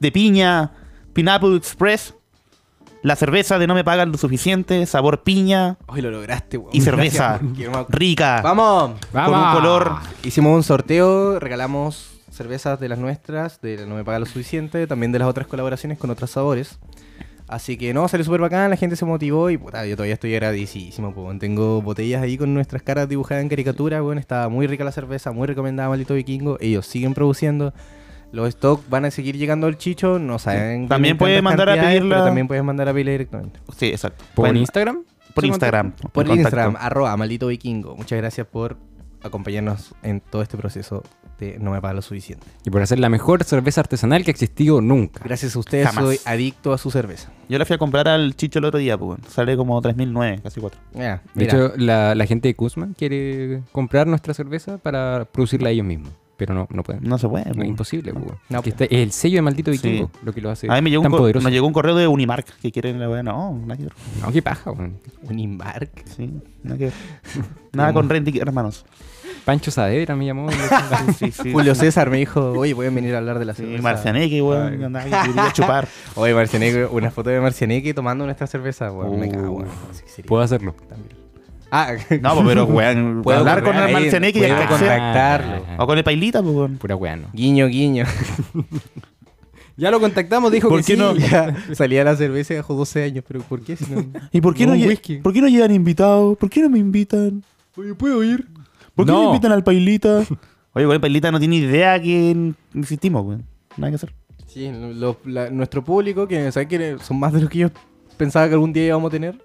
A: de piña Pineapple Express. La cerveza de no me pagan lo suficiente, sabor piña
C: Hoy lo lograste, weón.
A: y cerveza
C: Gracias, porque no me acu-
A: rica.
C: ¡Vamos!
A: Con un
B: ¡Vamos!
A: color.
C: Hicimos un sorteo, regalamos cervezas de las nuestras, de la No Me Paga Lo Suficiente, también de las otras colaboraciones con otros sabores. Así que no, salió súper bacán, la gente se motivó y puta, yo todavía estoy agradecísimo, po, weón. Tengo botellas ahí con nuestras caras dibujadas en caricatura, weón. Estaba muy rica la cerveza, muy recomendada, maldito vikingo. Ellos siguen produciendo. Los stocks van a seguir llegando al chicho, no saben.
A: También
C: en
A: puede
C: cuántas
A: mandar a
C: cantidades,
A: pedirla-
C: Pero también puedes mandar a pedir directamente.
A: Sí, exacto.
B: ¿Por
A: Pueden-
B: Instagram?
A: por
B: Sí,
A: Instagram.
C: Por
A: en contacto.
C: Instagram, arroba maldito vikingo. Muchas gracias por acompañarnos en todo este proceso de No me paga lo suficiente.
B: Y por hacer la mejor cerveza artesanal que ha existido nunca.
C: Gracias a ustedes
A: Jamás.
C: soy adicto a su cerveza.
A: Yo la fui a comprar al Chicho el otro día, pues. bueno. Sale como 3.009, casi 4.
C: Ya,
B: De
C: mira.
B: hecho, la, la gente de Kuzman quiere comprar nuestra cerveza para producirla ellos mismos. Pero no, no pueden.
A: No se puede.
B: Es
A: pues.
B: imposible, weón.
C: No,
B: Que está- es el sello de maldito
A: Sí.
B: vikingo lo que lo hace
A: A mí me llegó, un
B: tan
A: cor-
B: poderoso.
A: nos llegó un correo de Unimark que quieren la weá. No, nada que ver.
B: No, qué paja, weón.
C: un embarque.
A: Sí, nada que ver. Nada con Randy, hermanos.
B: Pancho Saavedra me llamó.
A: Sí, sí.
C: Julio César me dijo, oye, pueden venir a hablar de la cerveza.
A: Sí, Marcianeque, weón.
C: Ay.
A: andaba ahí, quería chupar.
C: Oye, Marcianeque, una foto de Marcianeque tomando nuestra cerveza, weón. Me
A: Uh.
C: cago, weón. Así que sería
B: Puedo hacerlo.
C: también. Ah,
A: No, pues, pero weón.
C: puedo
A: hablar con
C: contactar-
A: el Marcianeque y
C: puedo
A: el Caxé.
C: contactarlo.
A: O con el Pailita, pues weón.
B: Ah, Pura weá, no.
C: Guiño, guiño.
B: Ya lo contactamos, dijo
C: ¿Por
B: que
C: qué
B: sí.
C: no? Ya salía la cerveza dejó 12 años, pero ¿por qué si no?
A: ¿Y por qué,
C: No,
A: no,
C: un
A: lle-
C: whisky.
A: por qué no llegan invitados? ¿Por qué no me invitan?
C: Oye, ¿puedo ir?
A: ¿Por qué no,
B: No.
A: invitan al Pailita? Oye, güey, Pailita no tiene idea que insistimos, güey. Nada que hacer.
C: Sí, lo- lo- la- nuestro público, que ¿sabes que son más de los que yo pensaba que algún día íbamos a tener.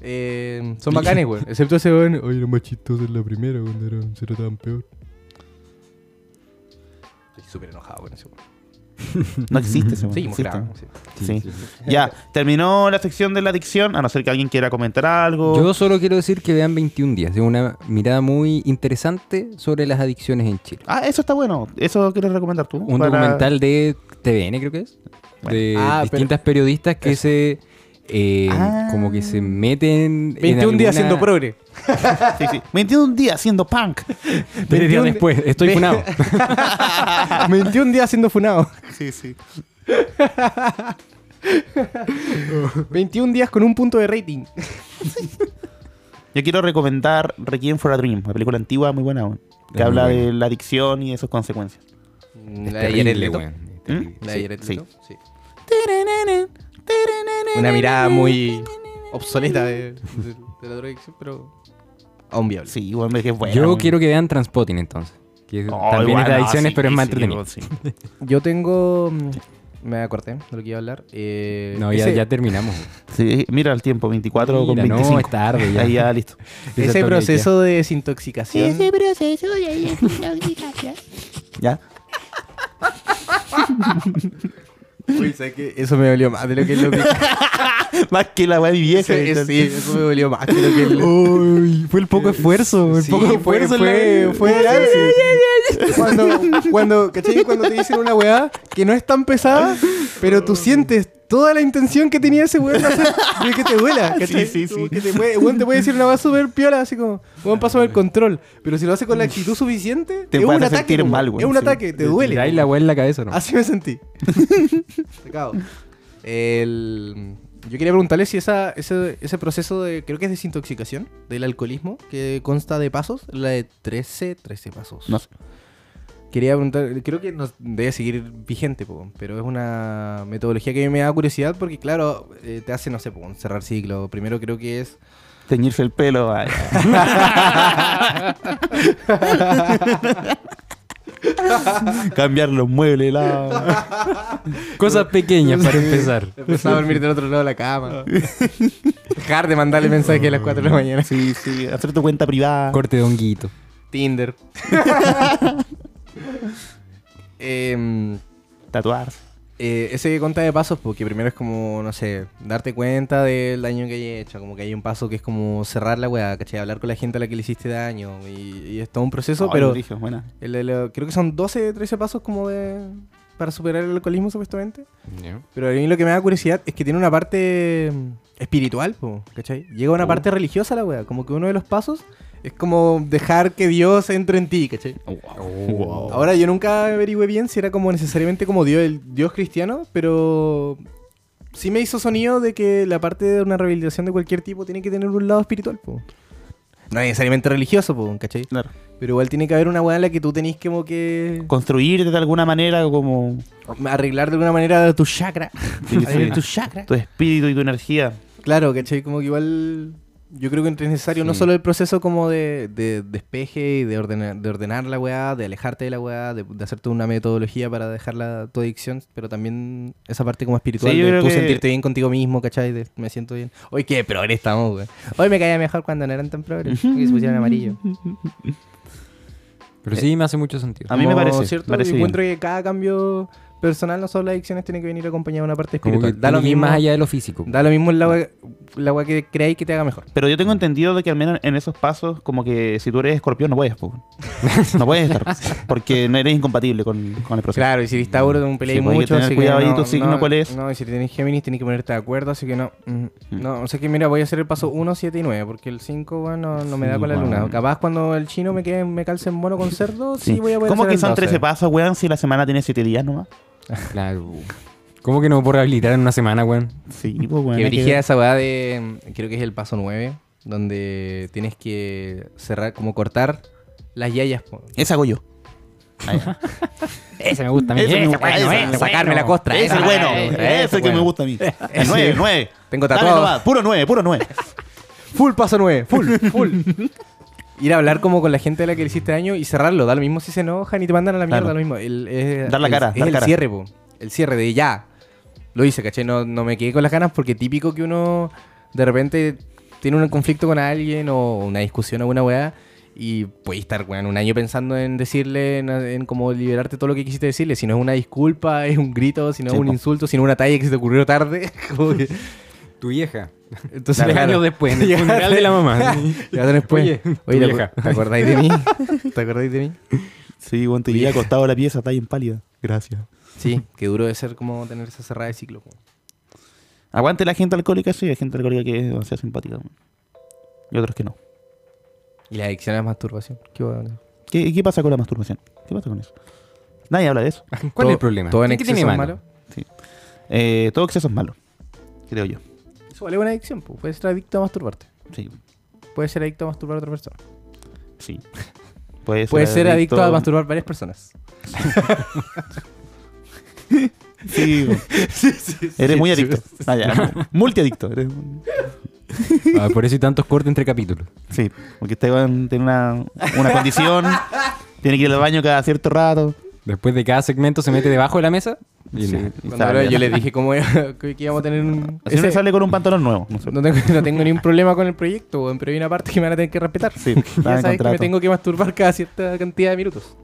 C: eh, son bacanes, güey. Excepto ese weón. Oye, los más chistosos en la primera, cuando eran, se trataban peor. Estoy súper enojado con ese weón.
A: No existe ese güey,
C: Seguimos
A: existe.
C: grabando. sí.
A: Sí. Ya, terminó la sección de la adicción, a no ser que alguien quiera comentar algo.
B: Yo solo quiero decir que vean 21 días. Es una mirada muy interesante sobre las adicciones en Chile.
A: Ah, eso está bueno. Eso quieres recomendar tú.
B: Un
A: Para-
B: documental de TVN, creo que es. De
C: Ah, pero-
B: distintas periodistas que se. eh,
A: Ah.
B: Como que se meten. en
C: 21 días
B: alguna-
C: siendo progre.
A: Sí, sí. 21 días siendo punk.
B: 21 días después, estoy
C: Ve-
B: funado.
C: 21 días siendo funado.
A: Sí, sí.
C: 21 días con un punto de rating.
A: Yo quiero recomendar Requiem for a Dream, una película antigua muy buena, güey, Que
B: Es
A: habla
B: muy buena.
A: de la adicción y de sus consecuencias.
B: Es
C: La
B: terrible, weón, es terrible.
A: ¿Mm?
C: La
A: Sí,
C: de Jared
A: sí.
C: Leto, sí. Una mirada muy obsoleta de, de- de la drogadicción, pero aún viable.
A: Sí, güey, es que es buena.
B: Yo
A: güey.
B: quiero que vean Transpotting entonces. Que
A: Oh,
B: también
A: igual,
B: es
A: no,
B: de adicciones,
A: sí,
B: pero es más
A: sí,
B: entretenido.
A: sí.
C: Yo tengo. mm, Me acordé de lo que iba a hablar. Eh,
B: No, ya,
C: ese,
B: ya terminamos. weón.
A: Sí, mira el tiempo, 24
B: Mira,
A: con
B: no,
A: 25.
B: es tarde ya.
A: Ahí ya, listo.
B: Ya
C: ese
B: está
C: proceso de desintoxicación.
D: Ese proceso de ahí es una obligación.
A: Ya.
C: Uy, ¿sabes qué? Eso me dolió más de lo que lo que.
A: Más que la weá de mi vieja.
C: ese- ese- sí, eso me dolió más de lo que lo-
B: Uy, fue el poco esfuerzo.
C: Sí, fue, fue, fue grave, sí. Cuando, cuando, ¿cachai? Cuando te dicen una weá que no es tan pesada, pero tú sientes toda la intención que tenía ese weón de hacer de que te duela, ¿cachai?
A: Sí, sí,
C: Como
A: sí.
C: Que te puede, weón te puede decir una weá súper piola, así como, weón paso el control. Pero si lo hace con la actitud suficiente,
A: Te
C: es
A: puede
C: un
A: hacer
C: ataque.
A: sentir
C: como,
A: mal, weón,
C: es un
A: sí.
C: ataque, te duele.
B: Ahí la weá en la cabeza, ¿no?
C: Así me sentí. Te cago. El- Yo quería preguntarle si esa, ese, ese proceso de, creo que es desintoxicación del alcoholismo, que consta de pasos, la de 13, 13 pasos.
A: No sé.
C: Quería preguntar, creo que nos debe seguir vigente, po, pero es una metodología que a mí me da curiosidad porque, claro, eh, te hace, no sé, po, cerrar ciclo. Primero creo que es...
A: Teñirse el pelo. ay. Cambiar los muebles. La...
B: Cosas pequeñas para empezar.
C: Empezar a dormir del otro lado de la cama. Dejar de mandarle mensajes a las 4 de la mañana.
A: Sí, sí. Hacer tu cuenta privada.
B: Corte de honguito.
C: Tinder. Em,
A: Tatuar.
C: eh, ese que conta de pasos, porque primero es como, no sé, darte cuenta del daño que hay hecho. Como que hay un paso que es como cerrar la weá, ¿cachai? Hablar con la gente a la que le hiciste daño. Y, y es todo un proceso,
A: Ay,
C: pero
A: brillo, buena.
C: el- el- creo que son 12, 13 pasos como de. para superar el alcoholismo, supuestamente. Pero a mí lo que me da curiosidad es que tiene una parte mm, espiritual, po, ¿cachai? Llega una
A: Oh.
C: parte religiosa la wea. Como que uno de los pasos es como dejar que Dios entre en ti, ¿cachai?
A: Wow.
C: Ahora, yo nunca averigüé bien si era como necesariamente como Dios, el Dios cristiano, pero sí me hizo sonido de que la parte de una rehabilitación de cualquier tipo tiene que tener un lado espiritual. po. No necesariamente religioso, pues, ¿cachai?
A: Claro.
C: Pero igual tiene que haber una weá en la que tú tenés como que
A: Construir de alguna manera como
C: arreglar de alguna manera tu chakra.
A: Sí,
C: Arreglar
A: sí.
C: tu chakra.
A: tu espíritu y tu energía.
C: Claro, ¿cachai? Como que igual yo creo que es necesario no
B: Sí.
C: solo el proceso como de, de despeje y de ordenar, de ordenar la weá, de alejarte de la weá, de, de hacerte una metodología para dejar la, tu adicción, pero también esa parte como espiritual
A: Sí, yo
C: de
A: creo
C: tú
A: que-
C: sentirte bien contigo mismo, ¿cachai? De, me siento bien. Hoy qué progres estamos, weón. Hoy me caía mejor cuando no eran tan progres, que se pusieron amarillo.
B: Pero sí me hace mucho sentido.
A: A mí me
C: Como,
A: parece,
C: ¿cierto?
A: parece
C: Yo
A: bien.
C: encuentro que cada cambio personal, no solo las adicciones, tiene que venir acompañado de una parte
B: Como que
C: espiritual. Da lo,
B: tiene que ir
C: mismo,
B: más allá de lo físico.
C: da lo mismo la weá- la weá que creáis que te haga mejor.
A: Pero yo tengo entendido de que al menos en esos pasos, como que si tú eres escorpión no puedes, po. no puedes estar, porque no eres incompatible con, con el proceso.
C: Claro, y si eres Tauro, un peleáis
A: Sí, pues hay que
C: mucho.
A: tener
C: así que
A: cuidado ahí
C: no,
A: tu signo,
C: no,
A: ¿cuál es?
C: No, y si tienes Géminis, tienes que ponerte de acuerdo, así que no. mm, No, o sea que mira, voy a hacer el paso 1, 7 y 9, porque el 5, bueno, no me da
A: Sí,
C: con la
A: bueno.
C: luna. Capaz cuando el chino me, quede, me calce en mono con cerdo,
A: Pues
C: sí,
A: Sí.
C: voy a poder
A: ¿Cómo
C: hacer
A: que
C: el
A: son 13
C: 12.
A: pasos, weón, si la semana tiene 7 días nomás?
B: Claro. ¿Cómo que no me puedo rehabilitar en una semana, weón?
A: Sí, pues, weón.
C: Que
A: hay que-
C: dirigía esa weá de. mm, Creo que es el paso 9, donde tienes que cerrar, como cortar las yayas. po.
A: Esa hago yo.
B: Ese me gusta a mí.
A: Ese me
B: Ese,
A: gusta,
B: bueno,
A: ese me
B: ese,
A: gusta.
B: sacarme la costra.
A: Ese
B: ese,
A: es bueno,
B: ese,
A: ese,
C: ese
A: que
C: bueno.
A: me gusta a mí. 9, 9.
C: Tengo tatuado.
A: puro 9, puro 9.
C: Full paso 9, full, full. Ir a hablar como con la gente a la que le hiciste daño y cerrarlo. Da lo mismo si se enojan y te mandan a la mierda,
A: Claro.
C: da lo mismo. El, es-
A: Dar la
C: el-
A: cara,
C: Es
A: dar
C: el
A: cara.
C: cierre, po. El cierre de ya. Lo hice, caché. No, no me quedé con las ganas porque típico que uno de repente tiene un conflicto con alguien o una discusión o una weá. Y puedes estar, weón, un año pensando en decirle, en, en como liberarte todo lo que quisiste decirle. Si no es una disculpa, es un grito, si no es
A: Sí,
C: un
A: po.
C: insulto, si no es una talla que se te ocurrió tarde. Como que-
B: Tu vieja.
C: Entonces,
B: Tres
C: claro.
B: años después, en el
C: Llegaste-
B: funeral de la mamá.
C: Llegaste después.
B: Oye, tu
C: Oye, ¿te acu-
B: vieja.
C: ¿te acordáis de mí? ¿Te acordáis de mí?
A: Sí, weón, te llegué acostado a la pieza, está bien pálida. Gracias.
C: Sí, qué duro de ser como tener esa cerrada de ciclo. po.
A: Aguante la gente alcohólica, sí, hay gente alcohólica que es demasiado simpática. weón. Y otros que no.
C: Y la adicción a la masturbación. Qué bueno.
A: ¿Qué, qué pasa con la masturbación? ¿Qué pasa con eso? Nadie habla de eso.
B: ¿Cuál
C: Todo-
B: es el problema?
C: Todo en
B: ¿Qué
C: exceso
B: tiene
C: es
B: malo?
C: malo.
A: Eh, todo exceso es malo, creo yo.
C: Eso vale una adicción. po. Puedes ser adicto a masturbarte.
A: Sí,
C: Puedes ser adicto a masturbar a otra persona.
A: sí. Puede
C: Puedes ser adicto, a masturbar varias personas.
A: Sí, weón. Eres muy adicto. Ah, ya. Multiadicto. Eres un-
B: Ah, por eso hay tantos cortes entre capítulos.
A: Sí, porque este weón tiene una, una condición, tiene que ir al baño cada cierto rato.
B: Después de cada segmento se mete debajo de la mesa. Y
A: Sí,
B: nada.
A: y
C: Cuando
A: sale.
C: habló, yo le dije cómo era- que íbamos a tener un...
A: Así uno
C: ese-
A: sale con un pantalón nuevo. No sé.
C: No tengo, no tengo ningún problema con el proyecto, weón, pero hay una parte que me van a tener que respetar.
A: Sí, está
C: ya
A: en
C: sabes que me
A: contrato.
C: tengo que masturbar cada cierta cantidad de minutos.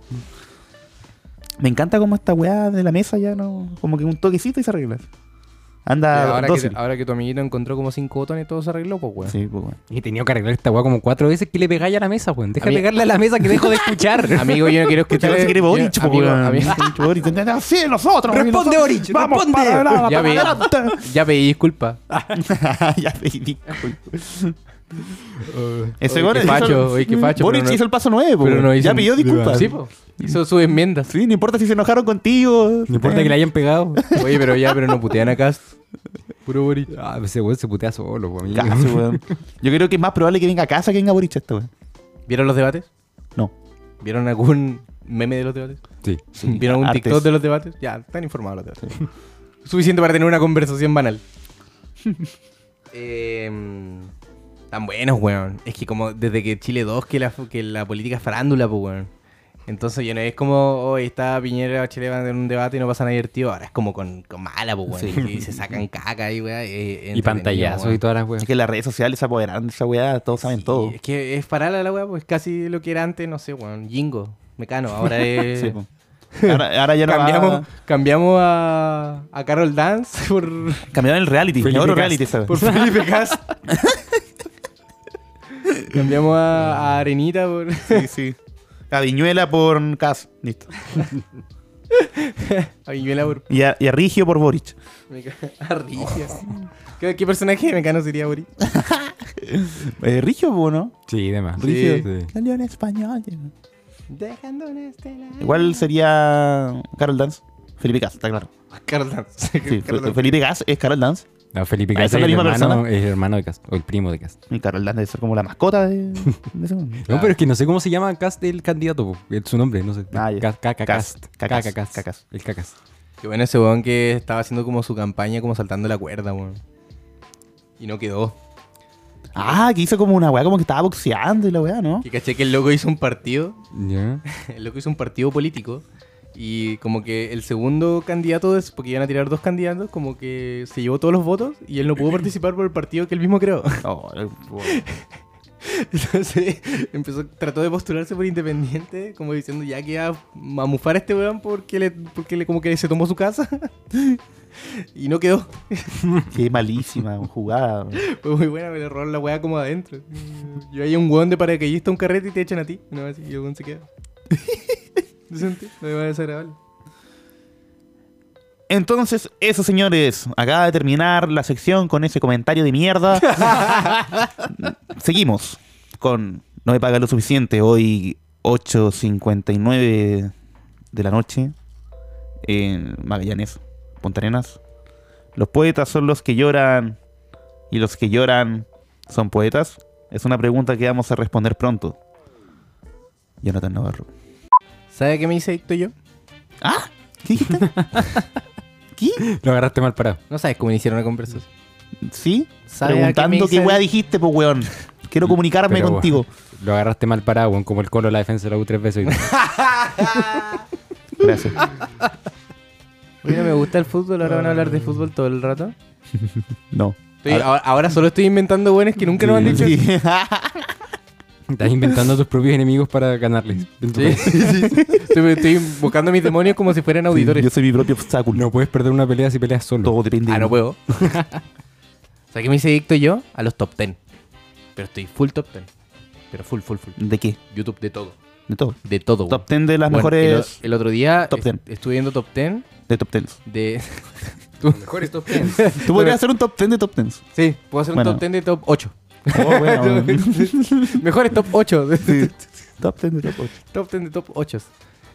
A: Me encanta como esta weá de la mesa ya no. Como que un toquecito y se arregla.
C: Y
A: Anda Ah,
C: ahora, que,
A: dócil.
C: ahora que tu amiguito encontró como cinco botones, todo se arregló, pues, weón.
A: Sí, pues bueno.
B: Y he tenido que arreglar esta weá como cuatro veces que le pegáis a la mesa, weón. Deja
C: A
B: de
C: mí-
B: pegarle a la mesa que dejo de escuchar.
C: Amigo, yo no quiero
A: Que
C: escuchar.
A: se quiere Boric,
C: yo-
A: po,
C: amigo,
A: weón.
C: amigo,
A: Pinche Boric. Sí, nosotros.
B: Responde,
A: nosotros.
B: Boric,
A: Vamos,
B: responde.
A: para adelante,
C: Ya
A: para
C: ve.
A: adelante.
C: Ya pedí disculpa.
A: ya pedí. Ese
C: Oye,
A: gol
C: qué
A: hizo-
C: facho, oye, qué facho.
A: Boric
C: pero no-
A: hizo el paso nueve, po,
C: pero
A: pues,
C: no
A: weón.
C: hizo-
A: Ya pidió disculpas.
C: Sí, pues. po. Hizo sus enmiendas.
A: Sí, no importa si se enojaron contigo.
B: No importa que le hayan pegado.
C: Oye, pero ya, pero no putean a Cast. Puro Boric.
B: Ah, ese weón se putea solo, weón.
A: Casi, weón. Yo creo que es más probable que venga a casa que venga Boric esto, weón.
C: ¿Vieron los debates?
A: No.
C: ¿Vieron algún meme de los debates?
B: Sí.
C: ¿Vieron algún
A: artes.
C: TikTok de los debates? Ya, están informados los debates. Suficiente para tener una conversación banal. Eh, tan buenos, weón. Es que como desde que Chile 2 que la, que la política es farándula, pues, weón. Entonces ya no es como, hoy está Piñera o Chile van en un debate y no pasa nada divertido. Ahora es como con, con mala, pues, weón. Y se sacan caca ahí, weón. eh,
B: Y pantallazos y todas las weas.
A: Es que las redes sociales se apoderaron de esa weá, todos saben todo.
C: Es que es parala la weá, pues casi lo que era antes, no sé, weón. Jingo, mecano. Ahora es.
A: Sí, pues. po. ahora, ahora ya no
C: cambiamos,
A: va-
C: cambiamos a, a Carol Dance por,
A: Cambiaron el reality,
B: Felipe
A: es otro
B: Cast.
A: reality, ¿sabes?
C: por Felipe Cast. cambiamos a, a Arenita por.
A: Sí, sí. A Viñuela por Cas, listo.
C: A Viñuela por.
A: Y a, y a Rigio por Boric.
C: Meca- A Rigia.
A: Oh.
C: ¿Qué, qué personaje de Mecano sería Bori?
A: Eh, Rigio, po, ¿no?
B: Sí, demás.
A: Rigio.
B: Sí.
A: Salió en español. ya.
C: Dejando una
A: este
C: estela.
A: Igual sería Carol Dance. Felipe Cas, está claro.
C: Carol Dance.
A: Sí,
C: Carol
A: Fe-
C: Dance.
A: Felipe Cas es Carol Dance.
B: No, Felipe
A: Ah, ¿esa
B: Castro
A: es la
B: el
A: misma
B: hermano,
A: persona?
B: el hermano de Castro, o el primo de Castro.
A: Y Carol Land debe ser como la mascota de, de ese mundo.
B: No, pero es que no sé cómo se llama Cast el candidato, po. Es su nombre, no sé.
A: Ah, ya.
B: Ca- Caca
A: Cast,
B: Cast.
A: Cacas,
B: Caca Cast.
A: Cacas.
B: El Cacas.
C: Qué bueno ese weón que estaba haciendo como su campaña, como saltando la cuerda, weón. Y no quedó.
A: Ah, que hizo como una weá, como que estaba boxeando y la weá, ¿no?
C: Que caché que el loco hizo un partido.
B: Ya.
C: El loco hizo un partido político. Y como que el segundo candidato, es- porque iban a tirar dos candidatos, como que se llevó todos los votos y él no pudo participar por el partido que él mismo creó.
A: Oh, el- oh.
C: Entonces empezó, trató de postularse por independiente, como diciendo ya que iba a mamufar a este weón porque le, porque le como que se tomó su casa. Y no quedó.
A: Qué malísima jugada. weón.
C: Fue muy buena, pero robaron la weá como adentro. Yo hay un weón de paracaidista, un carrete y te echan a ti. No, así, y el weón se queda. Decente, no me va a desagradable.
A: Entonces, eso señores, acaba de terminar la sección con ese comentario de mierda. Seguimos con No me paga lo suficiente. Hoy 8.59 de la noche en Magallanes, Punta Arenas. Los poetas son los que lloran y los que lloran son poetas. Es una pregunta que vamos a responder pronto. Jonathan Navarro.
C: ¿Sabe qué me hice adicto yo?
A: ¿Ah? ¿Qué dijiste? ¿Qué?
B: Lo agarraste mal parado.
C: No sabes cómo iniciaron la conversación.
A: ¿Sí?
C: ¿Sabe a qué
A: Preguntando
C: me
A: qué
C: hice
A: weá
C: adicto?
A: dijiste, pues weón. Quiero comunicarme
B: Pero,
A: contigo.
B: Lo agarraste mal parado, weón, como el colo de la defensa de la U tres veces. hoy.
A: Gracias.
C: Oye, no me gusta el fútbol, ahora van a hablar de fútbol todo el rato.
A: No.
C: Ah. ahora, ahora solo estoy inventando buenos que nunca nos han dicho.
A: Ah. Sí. Ah,
B: Estás inventando tus propios enemigos para ganarles. en tu
C: Sí,
B: país.
C: sí, sí. Estoy, estoy buscando a mis demonios como si fueran auditores.
A: Yo soy mi propio obstáculo.
B: No puedes perder una pelea si peleas solo.
A: Todo depende.
C: Ah, no puedo. ¿Sabes qué me hice adicto yo? A los top 10. Pero estoy full top 10. Pero full, full, full.
A: ¿De qué?
C: YouTube de todo.
A: De todo.
C: De todo.
A: Top 10 de las
C: Oh. Bueno,
A: mejores.
C: El, el otro día
A: Top
C: est-
A: 10.
C: estuve viendo top 10
A: De top 10.
C: de.
B: Mejores top
A: Tú podrías hacer un top 10 de top 10.
C: Sí, puedo hacer un
A: Bueno.
C: top 10 de top 8.
A: Oh, bueno.
C: Mejores top 8.
A: top 10 de top 8.
C: Top 10 de top 8.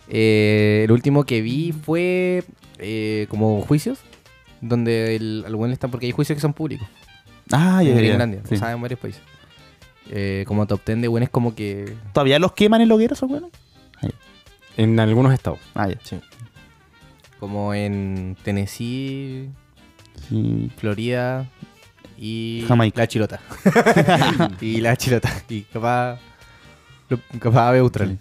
C: Eh, el último que vi fue eh, como juicios, donde el, al weón le están, porque hay juicios que son públicos,
A: Ah, ya,
C: en
A: ya, ya.
C: Gringolandia,
A: Sí.
C: o sea, en varios países. Eh, como top 10 de buenos como que...
A: ¿Todavía los queman en hogueras, weón?
B: En algunos estados.
A: Ah, ya.
C: Como en Tennessee,
A: Sí.
C: Florida y...
A: Jamaica.
C: La chilota. y la chilota. Y capaz... lo- Capaz de Australia.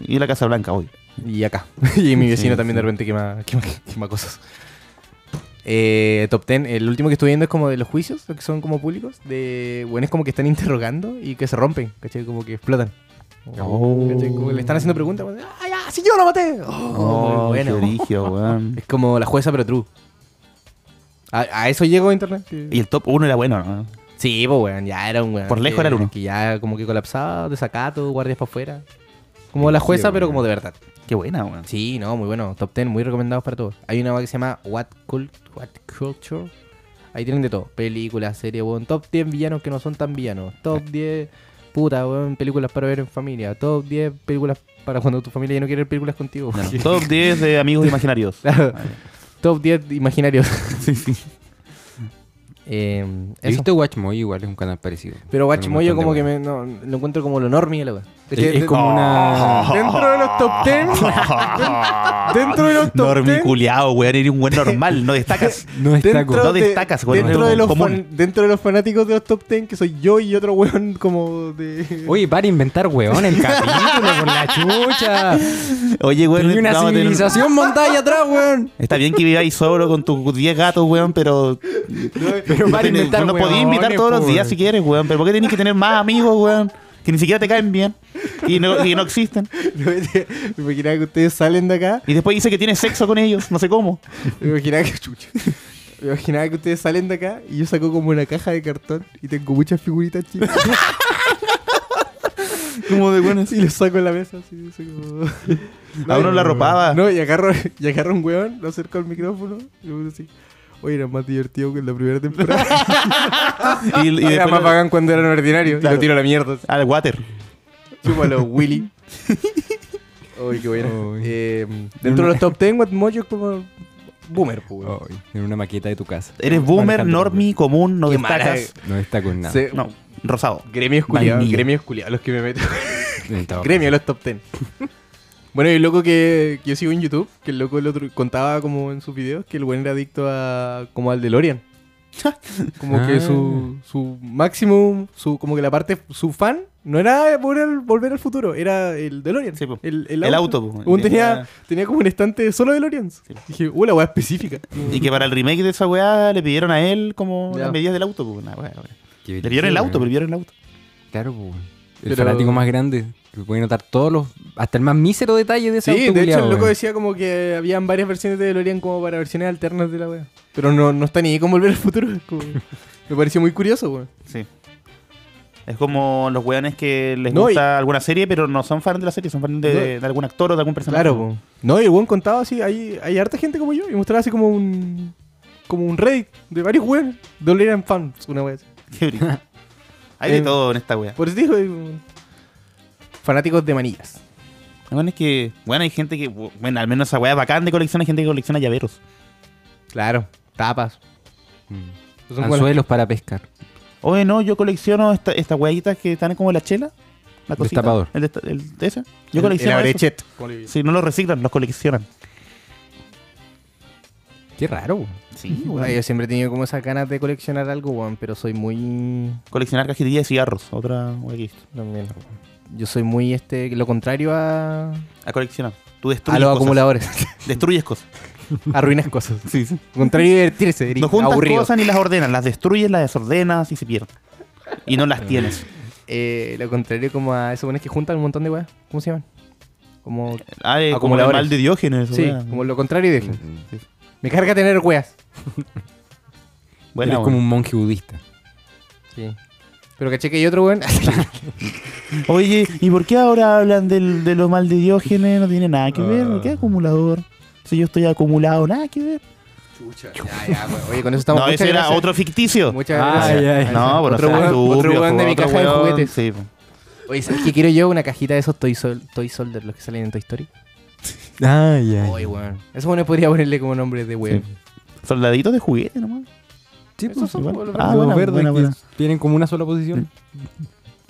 A: Y la Casa Blanca hoy.
C: Y acá. y mi vecino
A: Sí,
C: también
A: sí.
C: de repente quema, quema, quema cosas. Eh, top 10. El último que estuve viendo es como de los juicios, los que son como públicos. De buenos como que están interrogando y que se rompen, ¿cachai? Como que explotan.
A: Oh.
C: ¿Cachai? Como que le están haciendo preguntas. como, ¡Ah, ya! ¡Si yo lo maté! Oh,
A: Oh,
C: muy
A: qué
C: bueno.
A: origio, weón.
C: Es como la jueza, pero true. A, a eso llegó internet. que-
A: Y el top 1 era bueno, ¿no?
C: Sí, pues, weón, ya era un weón.
A: Por lejos
C: que-
A: era el uno.
C: Que ya como que colapsaba, desacato, guardias para afuera. Como la jueza, pero como de verdad.
A: Qué buena, weón.
C: Sí, no, muy bueno. Top 10, muy recomendados para todos. Hay una web que se llama What, Cul- What Culture. Ahí tienen de todo. Películas, series, weón. Top 10 villanos que no son tan villanos. Top 10, puta, weón, películas para ver en familia. Top 10 películas para cuando tu familia ya no quiere ver películas contigo.
A: No, no. Top 10 de amigos imaginarios.
C: Claro.
A: Ah, ya.
C: Top 10 imaginarios.
A: Sí, sí.
C: Eh,
B: He
C: eso.
B: visto Watchmoy igual, es un canal parecido.
C: Pero Watchmoyo
B: bastante
C: como que
B: bueno.
C: me, no, lo encuentro como lo normie, la weón.
B: Es, es como una...
C: Dentro de los top 10. dentro de los top 10.
A: Normiculeado, weón. Eres un buen normal, no destacas.
B: No está
A: No
C: dentro de,
A: destacas, güey,
C: dentro,
A: no es
C: de los
A: común.
C: fan- dentro de los fanáticos de los top 10 que soy yo y otro weón como de
B: Oye, para inventar weón el capítulo por la chucha.
A: Oye, weón,
B: Tenía una
A: vamos a tener-
B: civilización montada ahí atrás, weón.
A: Está bien que viváis solo con tus 10 gatos, weón, pero.
B: Pero para
A: tenés-
B: inventar
A: no podías invitar
B: huevones,
A: todos los
B: po,
A: días si quieres, weón. Pero ¿por qué tenés que tener más amigos, weón? Que ni siquiera te caen bien. Y no, y no este, existen.
C: me imaginaba que ustedes salen de acá
A: Y después dice que tienes sexo con ellos, no sé cómo.
C: me imaginaba que chucha me imaginaba que ustedes salen de acá y yo saco como una caja de cartón y tengo muchas figuritas chicas
A: Como de buenas.
C: y los saco en la mesa así, así como-
A: A uno la arropaba.
C: no y agarro y agarro un weón lo acerco al micrófono y le pongo así Oye, era más divertido que en la primera temporada.
A: Y, y después lo-
C: pagan Ah, cuando eran ordinarios.
A: Claro.
C: a la mierda.
A: al water.
C: Chúpalo, Willy. Uy, qué bueno. Em,
B: Uy.
C: Eh, dentro de los top 10, What Mojo es como boomer, pues, weón.
B: Ay, en una maqueta de tu casa.
A: Eres boomer,
B: Manejando
A: normie, común, no
C: Qué
A: destacas.
B: No está con nada.
C: Se-
A: No, rosado.
C: Gremios culiados,
A: Vainilla.
C: gremios culiados los que me meto.
B: En todo
C: Gremio de los top 10. bueno, y el loco que, que yo sigo en YouTube, que el loco el otro, contaba como en sus videos que el buen era adicto a como al DeLorean. como
B: Ah.
C: que su, su máximo, su, como que la parte, su fan, no era volver al, volver al futuro, era el DeLorean.
A: Sí, po.
C: el,
A: El auto, po.
C: Weón, tenía,
A: Tenía-
C: tenía como un estante solo de DeLoreans. Dije, uh, la weá específica.
A: Y que para el remake de esa weá le pidieron a él como
C: Ya.
A: las medidas del auto. pues, una weá, weá.
B: Qué
A: Le pidieron el
B: brillo,
A: auto,
B: weón.
A: le pidieron el auto.
B: Claro, po, weón. El
C: Pero-
B: fanático más grande. Que puede notar todos los. Hasta el más mísero detalle de ese
C: Sí,
B: auto
C: de hecho
B: culiao,
C: el loco
B: weón.
C: decía como que habían varias versiones de DeLorean como para versiones alternas de la wea. Pero no, no está ni ahí con volver al futuro. es como- me pareció muy curioso, weón.
A: Sí. Es como los weones que les
C: No, y-
A: gusta alguna serie, pero no son fans de la serie, son fans de, de algún actor o de algún personaje.
C: Claro, po. No, y el weón contaba así, hay, hay harta gente como yo, y mostraba así como un como un Reddit de varios weones. DeLorean fans, una wea así.
A: Qué brillo. Hay de
C: Eh,
A: todo en esta wea.
C: Por eso digo, eh, fanáticos de manillas.
A: Bueno, es que, bueno, hay gente que, bueno, al menos esa weá es bacán de colección, hay gente que colecciona llaveros.
C: Claro, tapas.
B: Mm.
C: Son como las-
B: Anzuelos para pescar.
A: Oye, no, yo colecciono esta- estas huevitas que están como en la chela. La cosita.
B: Destapador.
A: El, desta- el de ese. Yo
C: el-
A: colecciono.
C: el
A: eso.
C: abrechet. como le-
A: Sí, no los reciclan, los coleccionan.
B: Qué raro, weón.
A: Sí,
C: Puta, Ah, yo siempre he tenido como esas ganas de coleccionar algo, weón, pero soy muy...
A: Coleccionar cajetillas de cigarros. Otra hueá que existe.
C: también, weón. Yo soy muy este lo contrario a,
A: A coleccionar. Tú
C: a
A: destruyes
C: los
A: cosas.
C: acumuladores.
A: Destruyes cosas.
C: Arruinas cosas.
A: Sí, sí.
C: Lo contrario a divertirse, diría.
A: No juntas
C: aburrido.
A: cosas ni las ordenas. Las destruyes, las desordenas y se pierden. Y no las tienes.
C: Eh, lo contrario como a esos buenos que juntan un montón de weas. ¿Cómo se llaman? Como...
A: Ah, eh, como el
C: Acumuladores.
A: mal de Diógenes.
C: Sí,
A: weá.
C: como lo contrario de Defin.
B: Mm.
C: Me carga tener weas.
A: Buena,
B: Eres como un monje budista.
C: Sí. Pero caché que hay otro weón.
A: weá. Oye, ¿y por qué ahora hablan del, de lo mal de Diógenes? No tiene nada que ver. ¿Qué
C: Ah.
A: acumulador? Si yo estoy acumulado, nada que ver.
C: ya, ya, weón. Oye, con eso estamos
A: no,
C: muchas
A: ese era
C: gracias.
A: otro ficticio.
C: Muchas
B: Ah,
C: gracias.
B: ya, ya.
A: No, bueno,
C: otro
A: o sea,
C: weón,
A: tú,
C: otro
A: viejo,
C: weón de mi
A: otro
C: caja de
A: weón,
C: juguetes.
A: sí, po.
C: Oye, ¿sabes qué quiero yo? Una cajita de esos Toy, Sol- Toy Solder, los que salen en Toy Story.
B: Ay,
C: Oye, weón. Eso bueno podría ponerle como nombre de weón.
A: Soldaditos de juguete nomás.
B: Sí,
C: Esos son
A: igual.
C: como los
A: Ah,
B: los
A: buena,
B: verdes
A: buena,
B: que
A: buena.
B: tienen como una sola posición.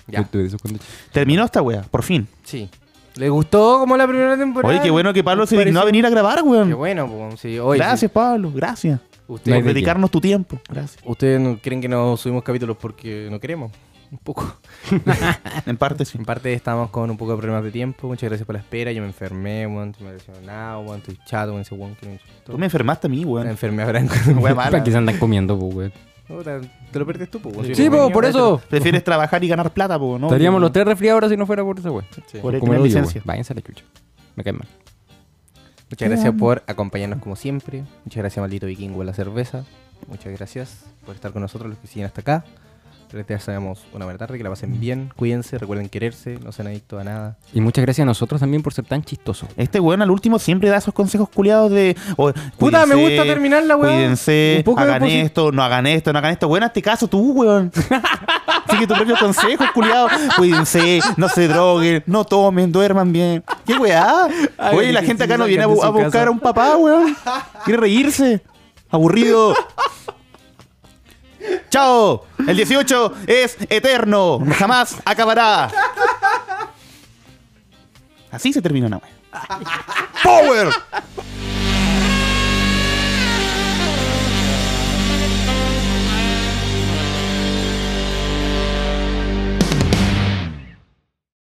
C: Ya.
B: Yo tuve esos cuando chico.
A: Terminó esta wea, por fin.
C: Sí. ¿Le gustó como la primera temporada?
A: Oye, qué bueno que Pablo se dignó a
C: Pareció-
A: venir a grabar,
C: Qué
A: weón.
C: bueno, pues, sí, oye,
A: Gracias, Pablo, gracias.
C: sí.
B: No hay
A: Por
B: de
C: Ustedes,
B: qué.
A: dedicarnos tu tiempo. Gracias.
C: ustedes no creen que no subimos capítulos porque no queremos. Un poco.
A: En parte sí.
C: En parte estamos con un poco de problemas de tiempo. Muchas gracias por la espera. Yo me enfermé, weón. Me lesionado, weón. Estoy chato con ese weón que me insultó.
A: Tú me enfermaste a mí,
C: Me
A: weón.
C: enfermé a Branco.
A: Wea
B: ¿Para
A: mala.
B: qué se andan comiendo, po, weón?
C: Puta, Te lo perdiste tú, po, weón.
A: Sí,
C: Si
B: Sí,
C: no
B: po,
C: venía,
B: por
C: weón,
B: eso.
A: Prefieres trabajar y ganar plata, po, ¿no?
B: Estaríamos los tres resfriados ahora si no fuera por esa weón.
C: te- sí.
A: Por
B: Como
A: tener
B: el hoyo,
A: licencia.
B: weón. Váyanse a la chucha. Me caen mal.
C: Muchas gracias por acompañarnos como siempre. Muchas gracias, maldito vikingo de la cerveza. Muchas gracias por estar con nosotros, los que siguen hasta acá. Les deseamos una buena tarde, que la pasen bien, cuídense, recuerden quererse, no sean adictos a nada.
B: Y muchas gracias a nosotros también por ser tan chistosos.
A: Este weón al último siempre da esos consejos culiados de. oh,
C: Puta, me
A: cuídense,
C: gusta terminar la weá.
A: Cuídense,
C: Un poco de
A: hagan
C: posi-
A: esto, no hagan esto, no hagan esto. Bueno, hazte caso tú, weón. Sigue tus propios consejos, culiados. Cuídense, no se droguen, no tomen, duerman bien. ¿Qué weá?
B: Ay,
A: Oye, la
B: que
A: gente
B: sí,
A: acá no
B: sacan
A: viene a,
B: de
A: bu-
B: su
A: a buscar
B: casa.
A: a un papá, weón. Quiere reírse. Aburrido. Chao. El 18 es eterno. Jamás acabará. Así se termina una weá. ¡Power!